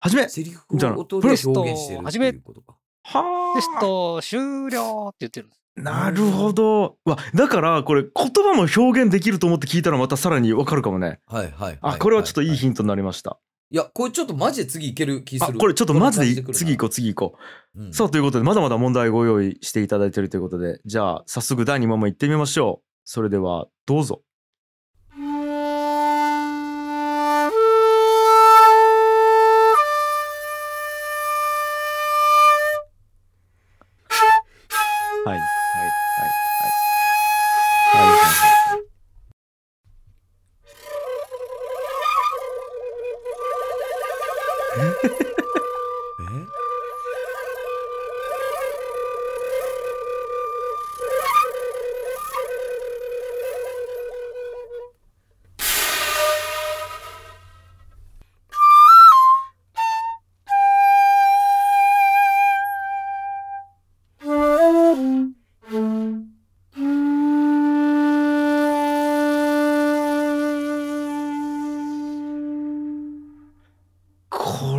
[SPEAKER 1] はじめ
[SPEAKER 2] セリフ
[SPEAKER 1] みたい
[SPEAKER 2] を
[SPEAKER 1] な
[SPEAKER 2] 音
[SPEAKER 1] プ
[SPEAKER 2] で表
[SPEAKER 1] レ
[SPEAKER 2] 現
[SPEAKER 3] スト
[SPEAKER 2] してるっていうことか。
[SPEAKER 1] はあ
[SPEAKER 3] テスト終了って言ってるんです。
[SPEAKER 1] なるほど。うわ、だからこれ言葉も表現できると思って聞いたらまたさらにわかるかもね。
[SPEAKER 2] はいはい。
[SPEAKER 1] あ、これはちょっといいヒ
[SPEAKER 2] ン
[SPEAKER 1] ントになりました。
[SPEAKER 2] いや、これちょっとマジで次いける気す
[SPEAKER 1] あ、
[SPEAKER 2] る。
[SPEAKER 1] これちょっとマジで次行こ
[SPEAKER 2] う
[SPEAKER 1] う、次行こ
[SPEAKER 2] ん。
[SPEAKER 1] う。さあ、ということで、まだまだ問題ご用意していただいているということで、じゃあ早速第2問も行ってみましょう。それではどうぞ。はい、はい、はい、はい。はいはい
[SPEAKER 2] え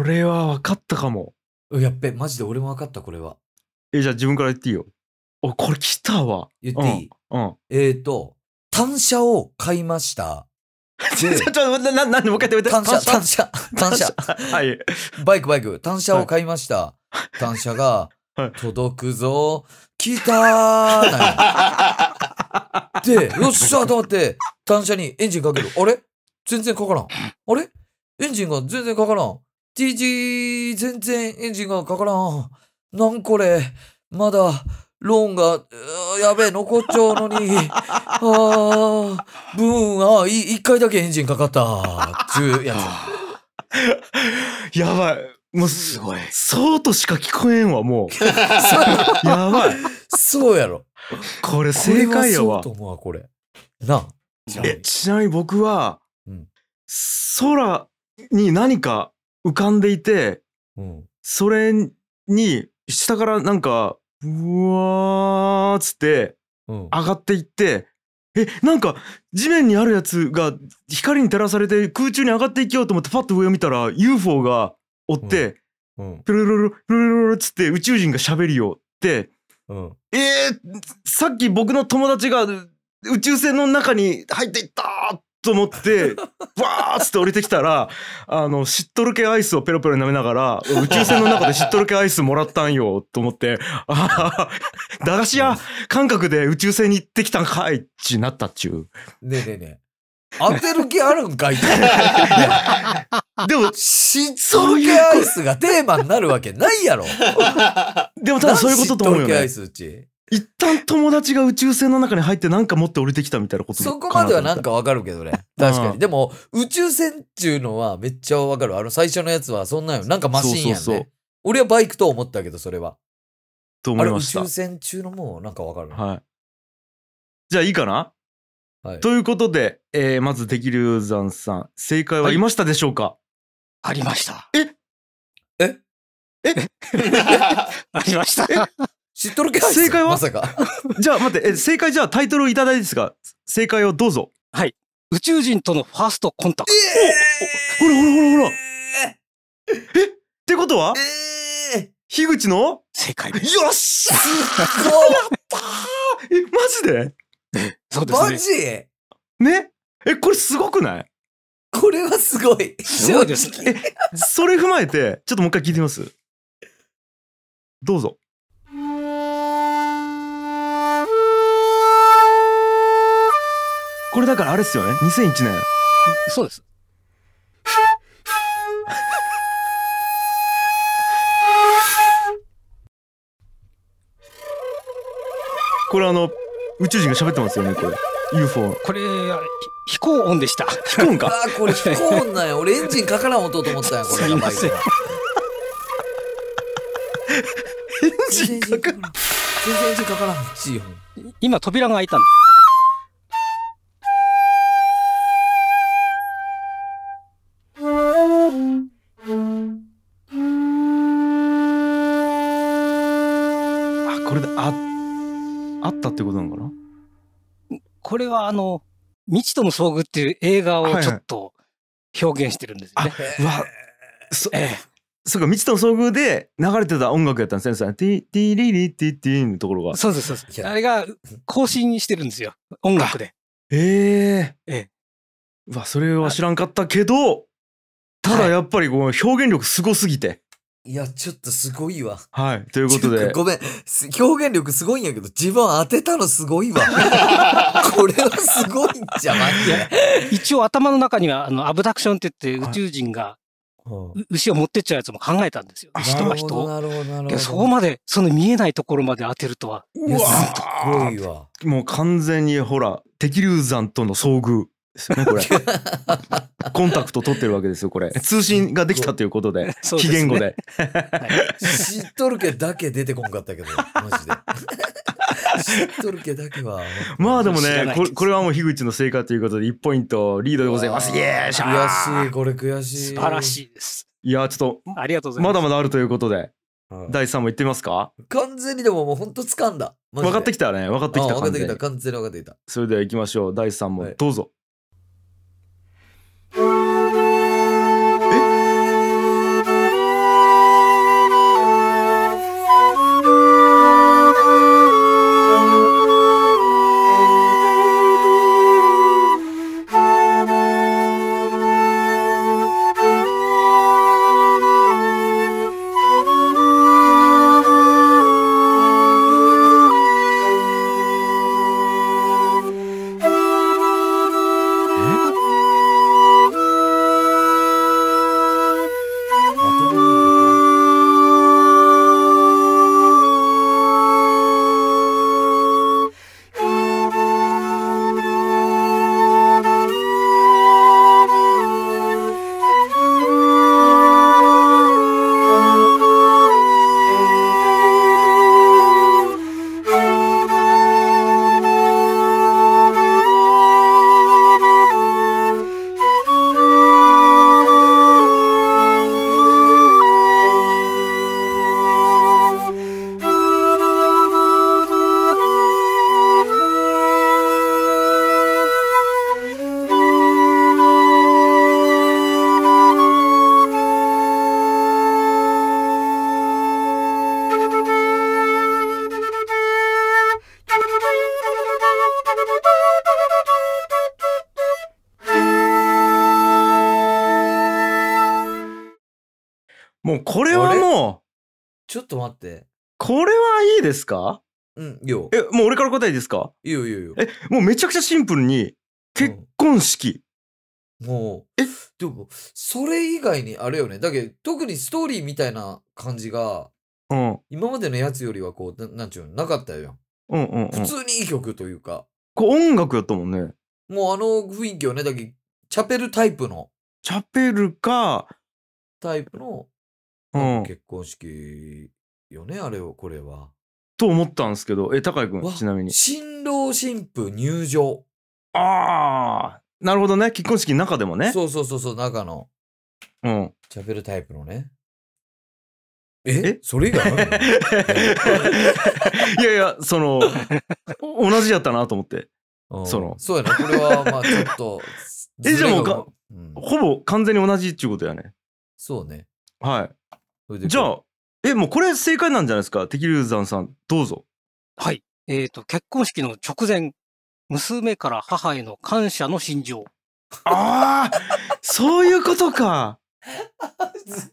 [SPEAKER 1] れは分かったかも。
[SPEAKER 2] うんやっべ、マジで俺も分かった、これは。
[SPEAKER 1] え、じゃあ自分から言っていいよ。お、これ来たわ。
[SPEAKER 2] 言っていい、
[SPEAKER 1] うん。
[SPEAKER 2] えーと、単車を買い
[SPEAKER 1] (laughs)
[SPEAKER 2] ました。
[SPEAKER 1] ちょ、ちょ、ちょな、な、なんでもう一回やってもう
[SPEAKER 2] 単
[SPEAKER 1] 一回
[SPEAKER 2] 車、単車、単車。
[SPEAKER 1] はい。
[SPEAKER 2] バイク、バイク。単車を買いました。単車が
[SPEAKER 1] はい、
[SPEAKER 2] 届くぞ、来たーなんやで、よっしゃと思って、単車にエンジンかける。あれ全然かからん。あれエンジンが全然かからん。TG、全然エンジンがかからん。なんこれ、まだ、ローンが、うーやべえ、残っちゃうのに。あー、ブーン、あー、い一回だけエンジンかかった。ちゅうや
[SPEAKER 1] (laughs)
[SPEAKER 2] つ。
[SPEAKER 1] やばい。もう、
[SPEAKER 5] すごい。
[SPEAKER 1] そうとしか聞こえんわ、も
[SPEAKER 2] (laughs)
[SPEAKER 1] う。やばい。
[SPEAKER 2] そうやろ。
[SPEAKER 1] これ正解や
[SPEAKER 2] これはそう
[SPEAKER 1] わ
[SPEAKER 2] と。思うわ、これ。なあ。
[SPEAKER 5] じゃ
[SPEAKER 1] え、ちなみに僕は、
[SPEAKER 2] うん
[SPEAKER 1] 空に何か浮かんでいて、
[SPEAKER 2] うん。
[SPEAKER 1] それに、下からなんか、うわーっつって、
[SPEAKER 2] う
[SPEAKER 1] 上
[SPEAKER 2] ん。
[SPEAKER 1] がっていってえなんか地面にあるやつが光に照らされて空中に上がっていきようと思ってパッと上を見たら UFO が追って
[SPEAKER 2] うん。
[SPEAKER 1] ピロロロロロロロっつって宇宙人が喋るよって
[SPEAKER 2] うん。
[SPEAKER 1] えー、さっき僕の友達が宇宙船の中に入っていったーと思ってバーッつって降りてきたらあのしっとる系アイスをペロペロ舐めながら宇宙船の中でしっとる系アイスもらったんよと思ってああ駄菓子屋感覚で宇宙船に行ってきたんかいっちなったっちゅう。
[SPEAKER 2] ねえねえねえ。当てる気ある
[SPEAKER 1] (laughs)
[SPEAKER 2] んかいって。
[SPEAKER 1] でも、
[SPEAKER 2] しっとるけアイスがテーマになるわけないやろ。
[SPEAKER 1] でも多分そういうことと思うよ
[SPEAKER 2] 何しっとるけア
[SPEAKER 1] ね
[SPEAKER 2] イ。スうち。
[SPEAKER 1] 一旦友達が宇宙船の中に入ってなんか持って降りてきたみたいなこと
[SPEAKER 2] そこまではなん
[SPEAKER 1] か
[SPEAKER 2] かわかるけどね。確か
[SPEAKER 1] う
[SPEAKER 2] に。
[SPEAKER 1] ん
[SPEAKER 2] でも、宇宙船っちゅうのはめっちゃわかる。あの、最初のやつはそんなんよ。なんかマシンやんね。
[SPEAKER 1] そうそうそう
[SPEAKER 2] 俺はバイクと思ったけど、それは。
[SPEAKER 1] と
[SPEAKER 2] あ
[SPEAKER 1] 思
[SPEAKER 2] れ、
[SPEAKER 1] い
[SPEAKER 2] 宇
[SPEAKER 1] まし
[SPEAKER 2] 宙
[SPEAKER 1] た。
[SPEAKER 2] 船中のもなんかわかる。
[SPEAKER 1] はい。じゃあいいかな
[SPEAKER 2] はい
[SPEAKER 1] ということで、えーまずできるざんさん、正解はいましたでしょうか、
[SPEAKER 3] ありました。
[SPEAKER 2] え
[SPEAKER 3] (laughs) ありました。
[SPEAKER 2] しっとるけアイス
[SPEAKER 1] 正解は
[SPEAKER 2] ま
[SPEAKER 1] (laughs)
[SPEAKER 2] さか。
[SPEAKER 1] じゃあ待って、え正解じゃあタイトルをいただいてですが、正解をどうぞ。
[SPEAKER 3] 宇宙人とのファーストコンタク
[SPEAKER 1] ほらほらほらほら。っ
[SPEAKER 2] え
[SPEAKER 1] てことは
[SPEAKER 2] ー、えー
[SPEAKER 1] 樋口の
[SPEAKER 3] ト。正解
[SPEAKER 1] よ
[SPEAKER 3] です。
[SPEAKER 1] っしゃ
[SPEAKER 2] そ
[SPEAKER 1] え、マジで
[SPEAKER 3] そう
[SPEAKER 2] う
[SPEAKER 3] です
[SPEAKER 2] マ
[SPEAKER 3] ね。
[SPEAKER 2] ジ
[SPEAKER 1] ねえ、これすごくない
[SPEAKER 2] これはすごい。
[SPEAKER 3] すごいです
[SPEAKER 2] 正直
[SPEAKER 1] えそれ踏まえて、ちょっともう一回聞いてみますどうぞ。これだからあれっすよね。2001年。
[SPEAKER 3] そうです。
[SPEAKER 1] これあの、宇宙人が喋ってますよね、これ。UFO。
[SPEAKER 2] (laughs)
[SPEAKER 3] これ、ひ飛行音でした。
[SPEAKER 1] 聞くんか。
[SPEAKER 2] あーこれ飛行音なんや。俺エンジンかからん音と思ったんや、これ。
[SPEAKER 3] すいません
[SPEAKER 2] やばい
[SPEAKER 1] エン
[SPEAKER 2] これ
[SPEAKER 1] ジン
[SPEAKER 2] 全然エンジンかからん。全然エンジンかからん。いいよ
[SPEAKER 3] 今、扉が開いたんで
[SPEAKER 1] あ、これで、あ、あったってことなのかな
[SPEAKER 3] これはあの、未知との遭遇っていう映画をちょっと表現してるんですよね。
[SPEAKER 1] うわ、そ、
[SPEAKER 3] え
[SPEAKER 1] そうか、未知との遭遇で流れてた音楽やったんですね、先生。ティティリリティティのところが
[SPEAKER 3] え。そうです、そうで
[SPEAKER 2] い
[SPEAKER 3] す。
[SPEAKER 2] や
[SPEAKER 3] あれが更新してるんですよ。音楽で。
[SPEAKER 1] ええ
[SPEAKER 3] ええ
[SPEAKER 1] うわ、それは知らんかったけど、ただやっぱりこう表現力すごすぎて。
[SPEAKER 2] いや、ちょっとすごいわ。
[SPEAKER 1] はい。ということ
[SPEAKER 2] ちょっ
[SPEAKER 1] で。
[SPEAKER 2] ごめん。す表現力すごいんやけど、自分当てたのすごい
[SPEAKER 3] (laughs)
[SPEAKER 2] わ。これはすごいんじゃ、マジで。
[SPEAKER 3] 一応頭の中には、あの、アブダクションって言って
[SPEAKER 1] はい
[SPEAKER 3] 宇宙人が
[SPEAKER 2] うん
[SPEAKER 3] う牛を持ってっちゃうやつも考えたんですよ。牛と
[SPEAKER 2] な
[SPEAKER 3] か
[SPEAKER 2] るほ
[SPEAKER 3] 人
[SPEAKER 2] ど、
[SPEAKER 3] を。
[SPEAKER 2] なるほど、なる
[SPEAKER 3] けどそこ
[SPEAKER 2] ほど。
[SPEAKER 3] まで、その見えないところまで当てるとは。
[SPEAKER 2] いや
[SPEAKER 1] うわ
[SPEAKER 2] すごいわ。
[SPEAKER 1] もう完全にほら、敵流山との遭遇ですよね、こ
[SPEAKER 3] (laughs)
[SPEAKER 1] れ。コンタクト取ってるわけですよ、これ。通信ができたということで、
[SPEAKER 3] (laughs) そう
[SPEAKER 1] 非
[SPEAKER 3] です
[SPEAKER 1] 言
[SPEAKER 3] ね
[SPEAKER 1] 語。で。
[SPEAKER 2] 知っとるけだけ出てこんかったけど、マジで。
[SPEAKER 3] (laughs)
[SPEAKER 2] 知っとるけだけは。
[SPEAKER 1] まあでも
[SPEAKER 3] 知ら
[SPEAKER 1] ね
[SPEAKER 3] ない
[SPEAKER 1] これ、
[SPEAKER 3] です
[SPEAKER 1] これはもう樋口の正解ということで、1ポイントリードでございます。イエーイしゃー
[SPEAKER 2] 悔しい、これ悔しい。
[SPEAKER 3] 素晴らしいです。
[SPEAKER 1] いやー、ちょっ
[SPEAKER 3] ありがとうご
[SPEAKER 1] と、
[SPEAKER 3] ざいま。
[SPEAKER 1] ますだまだあるということで、
[SPEAKER 2] うん
[SPEAKER 1] 第3問いってみますか
[SPEAKER 2] 完全にでももうほんと掴んだ。マジで
[SPEAKER 1] 分かってきたね、分かってき
[SPEAKER 2] あ
[SPEAKER 1] た
[SPEAKER 2] 分かっ
[SPEAKER 1] 感
[SPEAKER 2] て
[SPEAKER 1] じ
[SPEAKER 2] きた。。完全に分かってきた。
[SPEAKER 1] それでは行きましょう。第3
[SPEAKER 2] は
[SPEAKER 1] 問
[SPEAKER 2] い、
[SPEAKER 1] どうぞ。えもうこれはもう、
[SPEAKER 2] ちょっと待って。
[SPEAKER 1] これはいいですか
[SPEAKER 2] うん、いいよ。
[SPEAKER 1] え、もう俺から答えいいですか
[SPEAKER 2] いいよ、いいよいいよ。
[SPEAKER 1] え、もうめちゃくちゃシンプルに、結婚式。
[SPEAKER 2] もう。
[SPEAKER 1] え
[SPEAKER 2] でも、それ以外にあれよね。だけど、特にストーリーみたいな感じが、
[SPEAKER 1] うん。うん
[SPEAKER 2] 今までのやつよりはこう、ななんちゅうの、なかったよ。
[SPEAKER 1] うんうん。
[SPEAKER 2] 普通にいい曲というか、
[SPEAKER 1] これ音楽やったもんね。
[SPEAKER 2] もうあの雰囲気をね、だけどチャペルタイプの、
[SPEAKER 1] チャペルか、
[SPEAKER 2] タイプの、
[SPEAKER 1] うん、
[SPEAKER 2] 結婚式よね、あれを、これは。
[SPEAKER 1] と思ったんですけど、え、高井く
[SPEAKER 2] わ
[SPEAKER 1] ん、ちなみに。
[SPEAKER 2] 新郎新婦入場。
[SPEAKER 1] ああ、なるほどね。結婚式の中でもね。
[SPEAKER 2] そうそうそうそう、中の、
[SPEAKER 1] うん。
[SPEAKER 2] チャペルタイプのね。
[SPEAKER 1] え
[SPEAKER 2] えそれ以外あるの
[SPEAKER 1] いやいや、そ
[SPEAKER 2] (laughs)
[SPEAKER 1] の、お同じやったなと思って。 (laughs)
[SPEAKER 2] うん
[SPEAKER 1] その。
[SPEAKER 2] そうやな、これは、まあちょっと
[SPEAKER 1] えじゃあもうか
[SPEAKER 2] ずれが、うん
[SPEAKER 1] ほぼ完全に同じっていうことやね。
[SPEAKER 2] そうね。
[SPEAKER 1] は
[SPEAKER 2] それで
[SPEAKER 1] い。じゃあ、え、もうこれ正解なんじゃないですか。敵龍山さん、どうぞ。
[SPEAKER 3] はい。えっ、と、結婚式の直前、娘から母への感謝の心情。
[SPEAKER 1] ああ、そういうことか。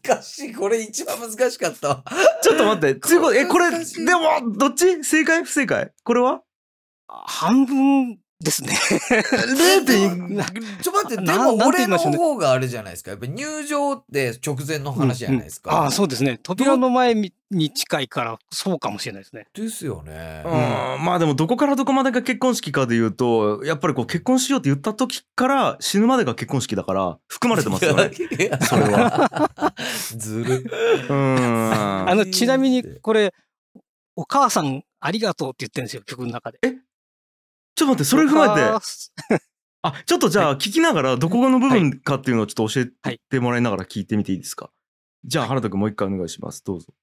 [SPEAKER 2] 難しい。これ一番難しかったわ。
[SPEAKER 1] ちょっと待って。つうことえ、これ、で
[SPEAKER 2] 難しい
[SPEAKER 1] も、どっち正解不正解これは
[SPEAKER 3] 半分ですね。
[SPEAKER 1] 0.1
[SPEAKER 3] な
[SPEAKER 2] (laughs) ちょ、待って、で
[SPEAKER 3] な
[SPEAKER 2] も
[SPEAKER 3] なんて言
[SPEAKER 2] 俺
[SPEAKER 3] い
[SPEAKER 2] の
[SPEAKER 3] ましょうね
[SPEAKER 2] 方があれじゃないですか。やっぱ入場って直前の話じゃないですか。
[SPEAKER 3] (laughs) ああ、そうですね。扉の前にに近いから、そうかもしれないですね。
[SPEAKER 2] ですよね。
[SPEAKER 1] うん、まあでもどこからどこまでが結婚式かでいうとやっぱりこう結婚しようって言った時から死ぬまでが結婚式だから含まれてますよね。
[SPEAKER 2] (laughs) いや
[SPEAKER 1] それは。
[SPEAKER 2] (laughs) ずる。
[SPEAKER 1] (laughs) うー
[SPEAKER 3] あ
[SPEAKER 1] ん。
[SPEAKER 3] の、ちなみに、これ、お母さんありがとうって言ってるんですよ、曲の中で。
[SPEAKER 1] ちょっと待ってそれ踏ま
[SPEAKER 3] お
[SPEAKER 1] え
[SPEAKER 3] 母
[SPEAKER 1] て
[SPEAKER 3] さ
[SPEAKER 1] あちょっとじゃあ聞きながらどこの部分かっていうのをちょっと教えてもらいながら聞いてみていいですか。じゃあ原田君もう一回お願いしますどうぞ。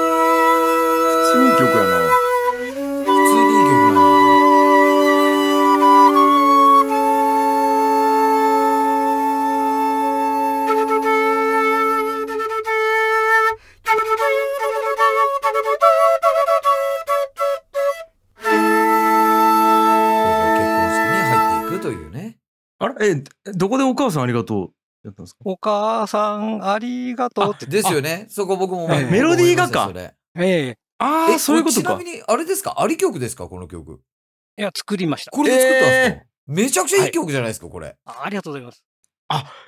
[SPEAKER 1] 普通にいい曲やな。
[SPEAKER 2] 普通にいい曲なんだよこう結婚式に入っていくとい
[SPEAKER 1] (laughs)
[SPEAKER 2] うね。
[SPEAKER 1] あれえどこでお母さんありがとうやったんですか。
[SPEAKER 3] お母さんありがとうって。
[SPEAKER 2] ですよね。そこ僕も思い
[SPEAKER 3] ええ
[SPEAKER 1] メロディーがか
[SPEAKER 2] 思いましたそれ
[SPEAKER 3] え
[SPEAKER 1] ああ
[SPEAKER 2] え、
[SPEAKER 1] そういうこと
[SPEAKER 2] これ
[SPEAKER 1] か
[SPEAKER 2] ち。なみに、あれですかあり曲ですかこの曲。
[SPEAKER 3] えいや、作りました。
[SPEAKER 2] これで作ったんですか、
[SPEAKER 1] え
[SPEAKER 2] めちゃくちゃいい曲じゃないですか、これ。
[SPEAKER 3] あありがとうございます。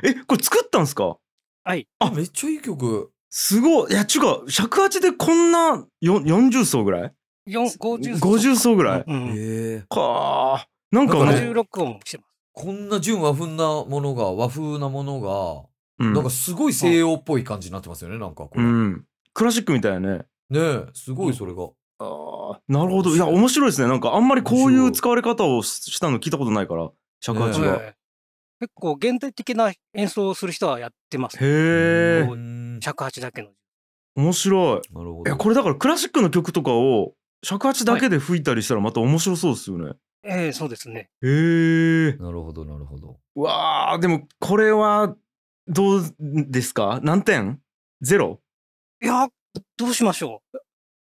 [SPEAKER 1] えこれ作ったんですか。あ
[SPEAKER 2] めっちゃいい曲。
[SPEAKER 1] すごいいやちゅうか尺八でこんなよ40層ぐらい
[SPEAKER 3] 四50
[SPEAKER 1] ?50 層ぐらい、
[SPEAKER 3] うんうん
[SPEAKER 2] ええ
[SPEAKER 1] かあなんか
[SPEAKER 2] なんかね
[SPEAKER 1] ね、
[SPEAKER 3] 56音してます。
[SPEAKER 2] こんな純和風なものが、和風なものが、
[SPEAKER 1] うん
[SPEAKER 2] なんかすごい西洋っぽい感じになってますよね、なんかこ
[SPEAKER 1] う
[SPEAKER 2] れ。ね
[SPEAKER 1] ん、クラシックみたいなね
[SPEAKER 2] え、すごいそれが。
[SPEAKER 1] あーなるほどいや面白いですねなんかあんまりこういう使われ方をししたの聞いたことないから尺八
[SPEAKER 2] ね
[SPEAKER 1] は、
[SPEAKER 3] ええ結構現代的な演奏をする人はやってます。
[SPEAKER 1] へえ
[SPEAKER 2] うーんな
[SPEAKER 3] 尺八だけの。
[SPEAKER 1] 面白い
[SPEAKER 2] るほ
[SPEAKER 1] い
[SPEAKER 2] ど。
[SPEAKER 1] やこれだからクラシックの曲とかを尺八だけで吹いたりしたらまた面白そうですよね、
[SPEAKER 3] ええそうですね。
[SPEAKER 1] へえ
[SPEAKER 2] なるほど、なるほど。
[SPEAKER 1] うわーでもこれはどうですか何点ゼロ
[SPEAKER 3] いや、どうしましょ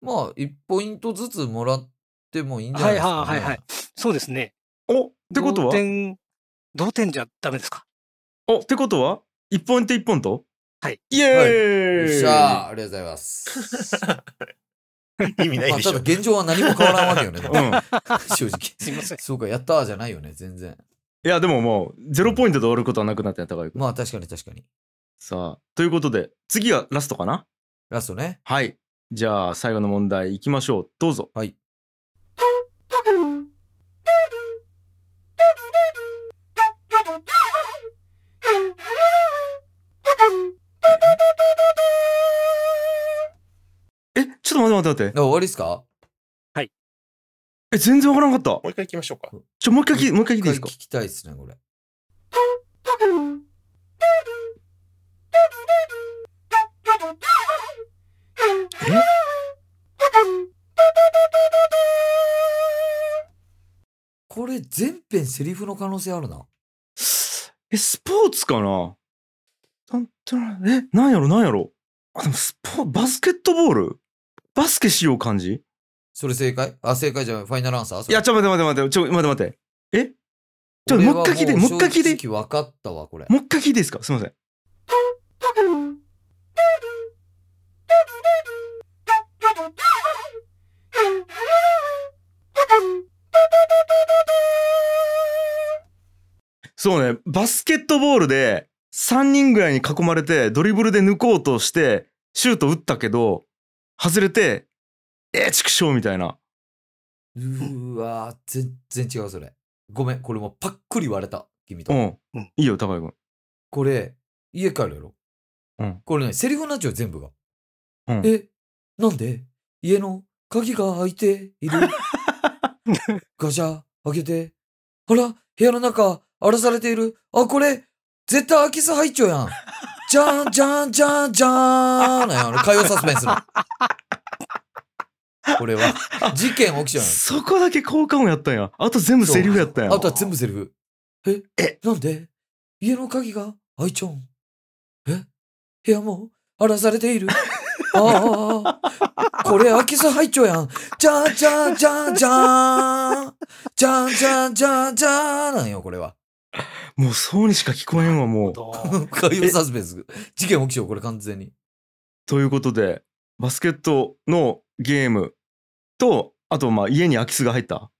[SPEAKER 2] まあ、1ポイントずつもらってもいいん
[SPEAKER 3] う。
[SPEAKER 2] じゃな
[SPEAKER 3] はいい
[SPEAKER 2] ですか、ね。
[SPEAKER 3] はいはいはい。そうですね。
[SPEAKER 1] おってこと
[SPEAKER 3] 同
[SPEAKER 1] は
[SPEAKER 3] 点、同点じゃダメですか。
[SPEAKER 1] おってことは一本手一本と
[SPEAKER 3] はい。
[SPEAKER 1] イエーイ、
[SPEAKER 2] よっしゃーありがとうございます。意味ない
[SPEAKER 4] まあ、
[SPEAKER 2] でしたょ
[SPEAKER 4] だ。現状は何も変わらんわけよね。
[SPEAKER 1] うん、
[SPEAKER 4] (laughs) 正直。
[SPEAKER 3] すいません。
[SPEAKER 4] そうか、やったーじゃないよね、全然。
[SPEAKER 1] いやでももうゼロポイントで終わることはなくなったんや高井君
[SPEAKER 4] まあ確かに確かに。
[SPEAKER 1] さあということで次がラストかな
[SPEAKER 4] ラストね。
[SPEAKER 1] はいじゃあ最後の問題いきましょうどうぞ
[SPEAKER 4] はい。
[SPEAKER 1] えちょっと待って待って待って
[SPEAKER 4] あ終わりっすか
[SPEAKER 1] え全然わからなかった
[SPEAKER 2] もう一回行きましょうか。
[SPEAKER 1] ちょもう一回きもう一回聞いていいです
[SPEAKER 4] 一
[SPEAKER 1] か
[SPEAKER 4] 回聞きたいっすね、これ。これ全編セリフの可能性あるな。
[SPEAKER 1] えスポーツかななんとなえなんやろなんやろあでもスポバスケットボールバスケしよう感じ
[SPEAKER 4] それ正解あ、正解じゃない。ファイナルアンサーそ
[SPEAKER 1] い
[SPEAKER 4] れ
[SPEAKER 1] やちょ待って待って待ってちょ待って待ってえちょ
[SPEAKER 4] 俺は
[SPEAKER 1] もう一回聞いてもう一回聞いて
[SPEAKER 4] 正直分かったわ、これ。
[SPEAKER 1] もう一回聞いていいですかすいませんそうねバスケットボールで3人ぐらいに囲まれてドリブルで抜こうとしてシュート打ったけど外れてえー、畜生みたいな
[SPEAKER 4] うーわー、全然違う、それ。ごめん、これもうパックリ割れた、君と。
[SPEAKER 1] うん、
[SPEAKER 3] うん
[SPEAKER 1] いいよ高井君
[SPEAKER 4] これ、家帰るやろ。
[SPEAKER 1] うん
[SPEAKER 4] これね、セリフになっちゃう、全部が。
[SPEAKER 1] うん
[SPEAKER 4] え、なんで家の鍵が開いて
[SPEAKER 1] (laughs)
[SPEAKER 4] いるガシャ、開けて。あら、部屋の中、荒らされている。あ、これ、絶対空き巣入っちゃうやん。じゃーん、じゃーん、じゃーん、じゃーん。なんや、あの、火曜サスペンスの。これは、事件起きちゃうやん。
[SPEAKER 1] そこだけ効果音やったんやあと全部セリフやったんや
[SPEAKER 4] あとは全部セリフ。えなんで家の鍵が開いちゃうんえ部屋も荒らされ (laughs) ている。ああ、これ空き巣入っちゃうやん。じゃんじゃんじゃんじゃん。じゃんじゃんじゃんじゃんなんよ、これは。 (laughs)
[SPEAKER 1] もうそうにしか聞こえんわもう
[SPEAKER 3] ど
[SPEAKER 4] 海洋サスペンス。事件起きちゃう、これ完全に。
[SPEAKER 1] ということでバスケットのゲームとあとまあ家に空き巣が入った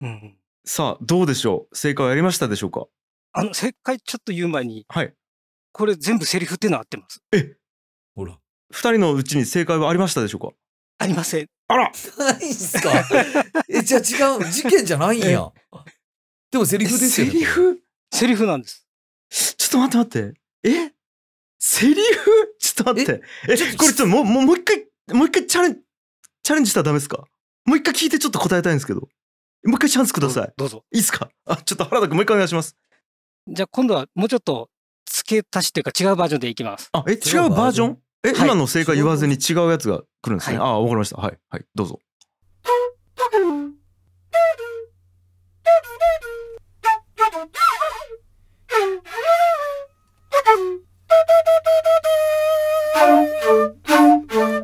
[SPEAKER 3] ううん。
[SPEAKER 1] さあどうでしょう正解はやりましたでしょうか
[SPEAKER 3] あの、正解ちょっと言う前に、
[SPEAKER 1] はい
[SPEAKER 3] これ全部セリフっていうのは合ってます。
[SPEAKER 4] ほら。
[SPEAKER 1] 2人のうちに正解はありましたでしょうか
[SPEAKER 3] ありません。
[SPEAKER 1] あら
[SPEAKER 4] ないんすかえ、じゃあ違う。事件じゃないんや。でもセリフですよね。
[SPEAKER 1] セリフ
[SPEAKER 3] セリフなんです。
[SPEAKER 1] ちょっと待って待ってえセリフちょっと待ってえこれちょっともうもうもう一回もう一回チャレンチャレンジしたらダメですかもう一回聞いてちょっと答えたいんですけどもう一回チャンスください
[SPEAKER 3] どうぞ。
[SPEAKER 1] いいっすかあちょっと原田君もう一回お願いします
[SPEAKER 3] じゃあ今度はもうちょっと付け足しというか違うバージョンでいきます。
[SPEAKER 1] あえ違うバージョンえ、
[SPEAKER 3] はい
[SPEAKER 1] 今の正解言わずに違うやつが来るんですね、
[SPEAKER 3] は
[SPEAKER 1] ああわかりましたはいはいどうぞ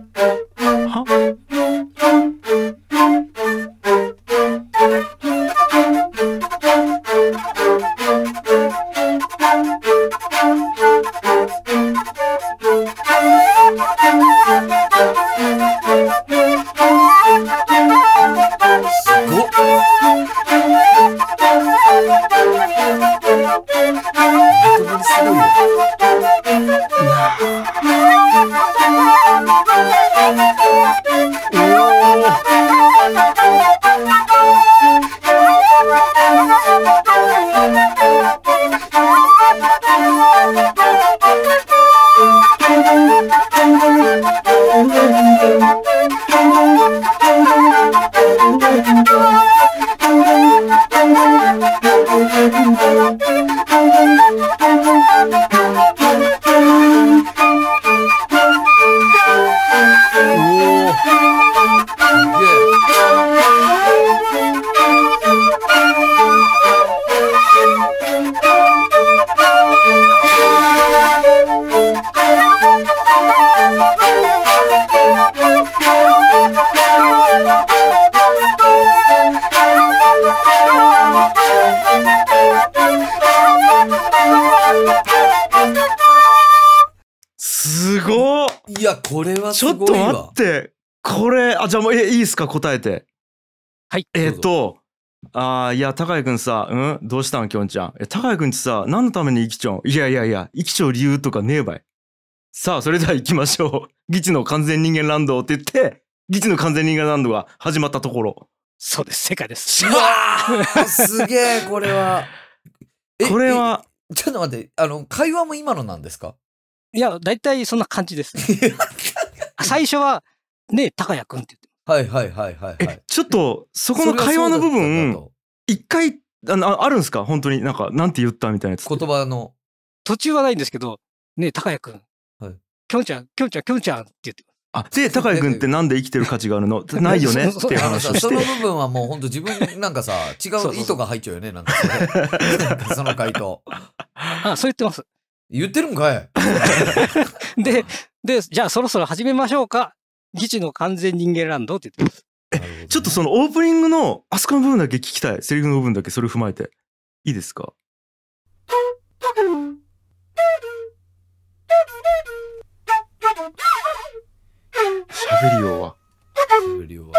[SPEAKER 1] は
[SPEAKER 4] ごっ本当にすごいよ
[SPEAKER 1] す
[SPEAKER 4] おお。すげえ。
[SPEAKER 1] ごっ
[SPEAKER 4] いや、これは
[SPEAKER 1] ち
[SPEAKER 4] す
[SPEAKER 1] ょっ
[SPEAKER 4] ご
[SPEAKER 1] と
[SPEAKER 4] い
[SPEAKER 1] 待っ
[SPEAKER 4] わ。
[SPEAKER 1] てこれあじゃあもうえいいっすか答えて
[SPEAKER 3] はい
[SPEAKER 1] えーっとあーいや高井君さうんどうしたんきょんちゃんえ高井君ってさ何のために生きちょんいやいやいや生きちょう理由とかねえばいさあそれでは行きましょう (laughs) ギチの完全人間ランドって言ってギチの完全人間ランドが始まったところ
[SPEAKER 3] そうです、正解です。
[SPEAKER 2] わすげえ、これは。え
[SPEAKER 1] これは
[SPEAKER 2] えちょっと待って、あの、会話も今のなんですか
[SPEAKER 3] いや、大体そんな感じです。最初は、ねえ、高谷くんって言って。
[SPEAKER 2] はいはいはいはいはい
[SPEAKER 1] え。ちょっとそこの会話の部
[SPEAKER 2] それはそうだったん
[SPEAKER 1] 分
[SPEAKER 2] だと
[SPEAKER 1] 一回あのああるんですか本当になんかなんて言ったみたいなやつ
[SPEAKER 2] 言葉の。
[SPEAKER 3] 途中はないんですけど、ねえ、高谷くん。
[SPEAKER 2] はい
[SPEAKER 3] きょんちゃん、きょんちゃん、きょんちゃんって言って。
[SPEAKER 1] あで高井君ってなんで生きてる価値があ
[SPEAKER 2] (laughs)
[SPEAKER 1] るのないよねっていう
[SPEAKER 2] あの
[SPEAKER 1] 話を
[SPEAKER 2] さ、そ
[SPEAKER 1] し
[SPEAKER 2] の
[SPEAKER 1] て
[SPEAKER 2] 部分はもう本当自分なんかさ、違
[SPEAKER 3] そう
[SPEAKER 2] う意図が入っちゃうよね、なんかそれ。なんかその回答。
[SPEAKER 3] あ、そう言ってます。
[SPEAKER 2] 言ってるんかい
[SPEAKER 3] で、で、じゃあそろそろ始めましょうか。議事の完全人間ランドって言ってます。
[SPEAKER 1] (laughs) ちょっとそのオープニングのあそこの部分だけ聞きたいセリフの部分だけそれ踏まえていいですか喋りようは
[SPEAKER 2] の理由は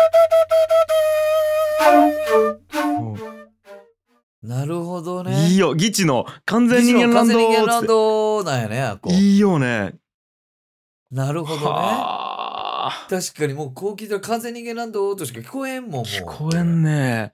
[SPEAKER 1] も
[SPEAKER 2] なるほど
[SPEAKER 1] う
[SPEAKER 2] ね。
[SPEAKER 1] いいよギチの完全人間ランド
[SPEAKER 2] 完全人間ラ
[SPEAKER 1] ー
[SPEAKER 2] ン
[SPEAKER 1] っつっ
[SPEAKER 2] ドなんやね、あこ
[SPEAKER 1] て。いいよね
[SPEAKER 2] なるほどね。
[SPEAKER 1] はあ
[SPEAKER 2] 確かにもうこう聞いたら完全人間ランドとしか聞こえんもんもう。
[SPEAKER 1] 聞こえんね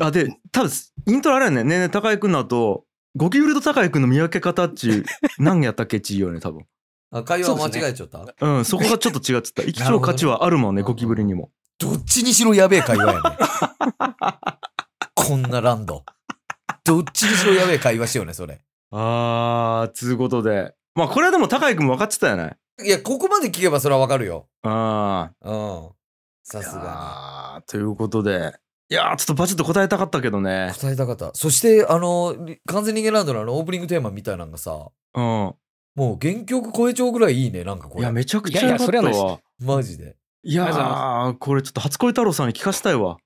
[SPEAKER 1] あで多分イントロあれやねねえねえ高井君の後ゴキブリと高井君の見分け方っ
[SPEAKER 2] (laughs)
[SPEAKER 1] ち何やったっけっちいいよね多分
[SPEAKER 2] あ会話間違えちゃった、
[SPEAKER 1] うんそこがちょっと違ってた生きる価値はあるもんね
[SPEAKER 2] なる
[SPEAKER 1] ゴ
[SPEAKER 2] ほどね
[SPEAKER 1] キブリにも
[SPEAKER 2] どっちにしろやべえ会話やねこんなランド。どっちにしろやべえ会話しようね、それ。
[SPEAKER 1] あーつうことでまあこれはでも高井君分かってたよね
[SPEAKER 2] いや、ここまで聞けばそれはわかるよ。
[SPEAKER 1] ああ
[SPEAKER 2] うん。さすが
[SPEAKER 1] ということでいやーちょっとバチッと答えたかったけどね
[SPEAKER 2] に。答えたかった。そして、あの、り完全人間ランドのあのオープニングテーマみたいなのがさ、
[SPEAKER 1] うん
[SPEAKER 2] もう原曲超えちゃうぐらいいいね、なんかこ
[SPEAKER 1] いや
[SPEAKER 2] れ。
[SPEAKER 1] めちゃくちゃ良かっ
[SPEAKER 3] いや
[SPEAKER 1] た
[SPEAKER 3] いやそれ
[SPEAKER 1] わ
[SPEAKER 2] マジ (laughs) で。
[SPEAKER 1] いや
[SPEAKER 3] ありがとうござい
[SPEAKER 1] ーこれちょっと初恋太郎さんに聞かせたいわ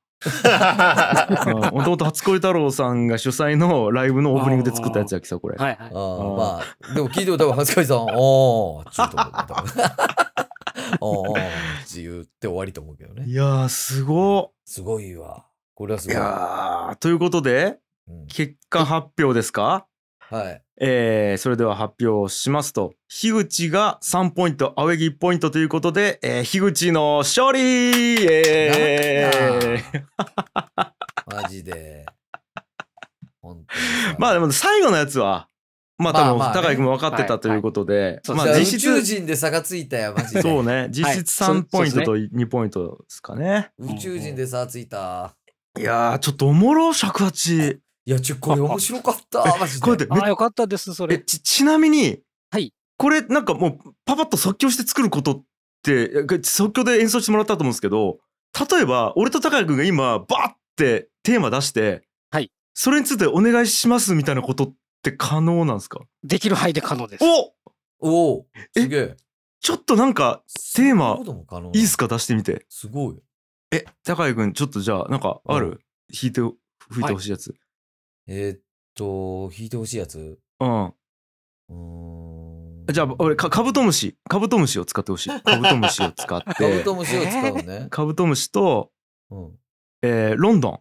[SPEAKER 1] もともと初恋太郎さんが主催のライブのオープニングで作ったやつやきさこれ
[SPEAKER 3] はい
[SPEAKER 2] あ
[SPEAKER 3] はい。
[SPEAKER 2] ーまあ、でも聞いても多分、はずかいさん、おー、ちょっと思 (laughs) った多分おー、自由って終わりと思うけどね
[SPEAKER 1] い。やーすご
[SPEAKER 2] すごいわ。これはす
[SPEAKER 1] っ
[SPEAKER 2] ご
[SPEAKER 1] い
[SPEAKER 2] い。
[SPEAKER 1] やーということで
[SPEAKER 2] うん
[SPEAKER 1] 結果発表ですか
[SPEAKER 2] はい。
[SPEAKER 1] えーそれでは発表しますと樋口が3ポイント青柳1ポイントということで、えー樋口の勝利イエーイ
[SPEAKER 2] マジで。本当にさ
[SPEAKER 1] まあでも最後のやつはまあ多分
[SPEAKER 2] まあまあね
[SPEAKER 1] 高井君も分かってたということで、
[SPEAKER 3] は
[SPEAKER 1] ま
[SPEAKER 3] いは
[SPEAKER 1] あ
[SPEAKER 2] じ
[SPEAKER 3] い
[SPEAKER 2] ゃあ
[SPEAKER 1] 実
[SPEAKER 2] 宇宙
[SPEAKER 1] 質
[SPEAKER 2] 人で差がついたよ、マジ
[SPEAKER 1] (laughs)
[SPEAKER 2] で。
[SPEAKER 1] そうね実質3ポイント
[SPEAKER 3] そ
[SPEAKER 1] と2ポイントですかね、
[SPEAKER 2] 宇宙人で差がついた。
[SPEAKER 1] いやーちょっとおもろ尺八
[SPEAKER 2] いや、ちょ、これ面白かった。マジで。
[SPEAKER 1] こうやってめ
[SPEAKER 3] ああ、よかったです、そ
[SPEAKER 1] え
[SPEAKER 3] れ。
[SPEAKER 1] ちちなみに、
[SPEAKER 3] はい
[SPEAKER 1] これなんかもうパパッと即興して作ることって即興で演奏してもらったと思うんですけど例えば俺と高谷君が今バーってテーマ出して、
[SPEAKER 3] はい
[SPEAKER 1] それについてお願いしますみたいなことって可能なんですか
[SPEAKER 3] できる範囲で可能です。
[SPEAKER 1] お
[SPEAKER 2] おお、
[SPEAKER 1] え
[SPEAKER 2] すげえ。
[SPEAKER 1] ちょっとなんかテーマ
[SPEAKER 2] そういうことも可能
[SPEAKER 1] いいっすか出してみて
[SPEAKER 2] すごい。
[SPEAKER 1] え高谷君ちょっとじゃあなんかある、
[SPEAKER 2] う
[SPEAKER 1] 弾いて吹いてほしいやつ、
[SPEAKER 2] えーっと、弾いてほしいやつ
[SPEAKER 1] うん
[SPEAKER 2] うーん
[SPEAKER 1] じゃあ俺かカブトムシカブトムシを使ってほしい (laughs) カブトムシを使っ
[SPEAKER 2] カブ
[SPEAKER 1] て
[SPEAKER 2] トムシを使うね。
[SPEAKER 1] カブトムシと
[SPEAKER 2] うん。
[SPEAKER 1] (laughs) えーロンドン。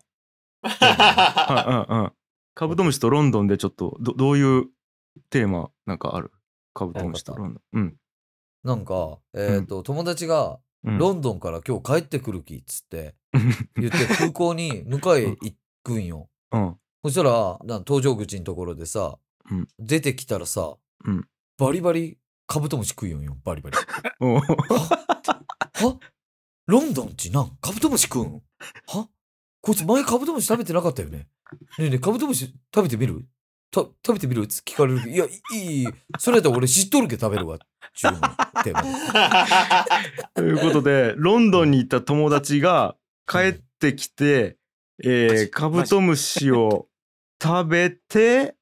[SPEAKER 1] うんうんうん。カブトムシとロンドンでちょっとどどういうテーマなんかあるカブトムシとロンドン。うん。
[SPEAKER 2] なんか、えーっと、友達が、
[SPEAKER 1] うん、
[SPEAKER 2] ロンドンから今日帰ってくるきっ
[SPEAKER 1] (laughs)
[SPEAKER 2] つって言って空港に迎え行くんよ。
[SPEAKER 1] うん。
[SPEAKER 2] そしたら、なん搭乗口のところでさ、
[SPEAKER 1] うん
[SPEAKER 2] 出てきたらさ、
[SPEAKER 1] うん
[SPEAKER 2] バリバリカブトムシ食いよんよ、バリバリ。
[SPEAKER 1] おう
[SPEAKER 2] はロンドンちなんカブトムシ食うんはこいつ前カブトムシ食べてなかったよね。ねえねえ、カブトムシ食べてみるた食べてみるつって聞かれるけど。いや、いいいい、それやったら俺知っとるけど食べるわ。ち
[SPEAKER 1] (laughs)
[SPEAKER 2] ゅうのテーマで
[SPEAKER 1] ということでロンドンに行った友達が帰ってきて、えーカブトムシを食べて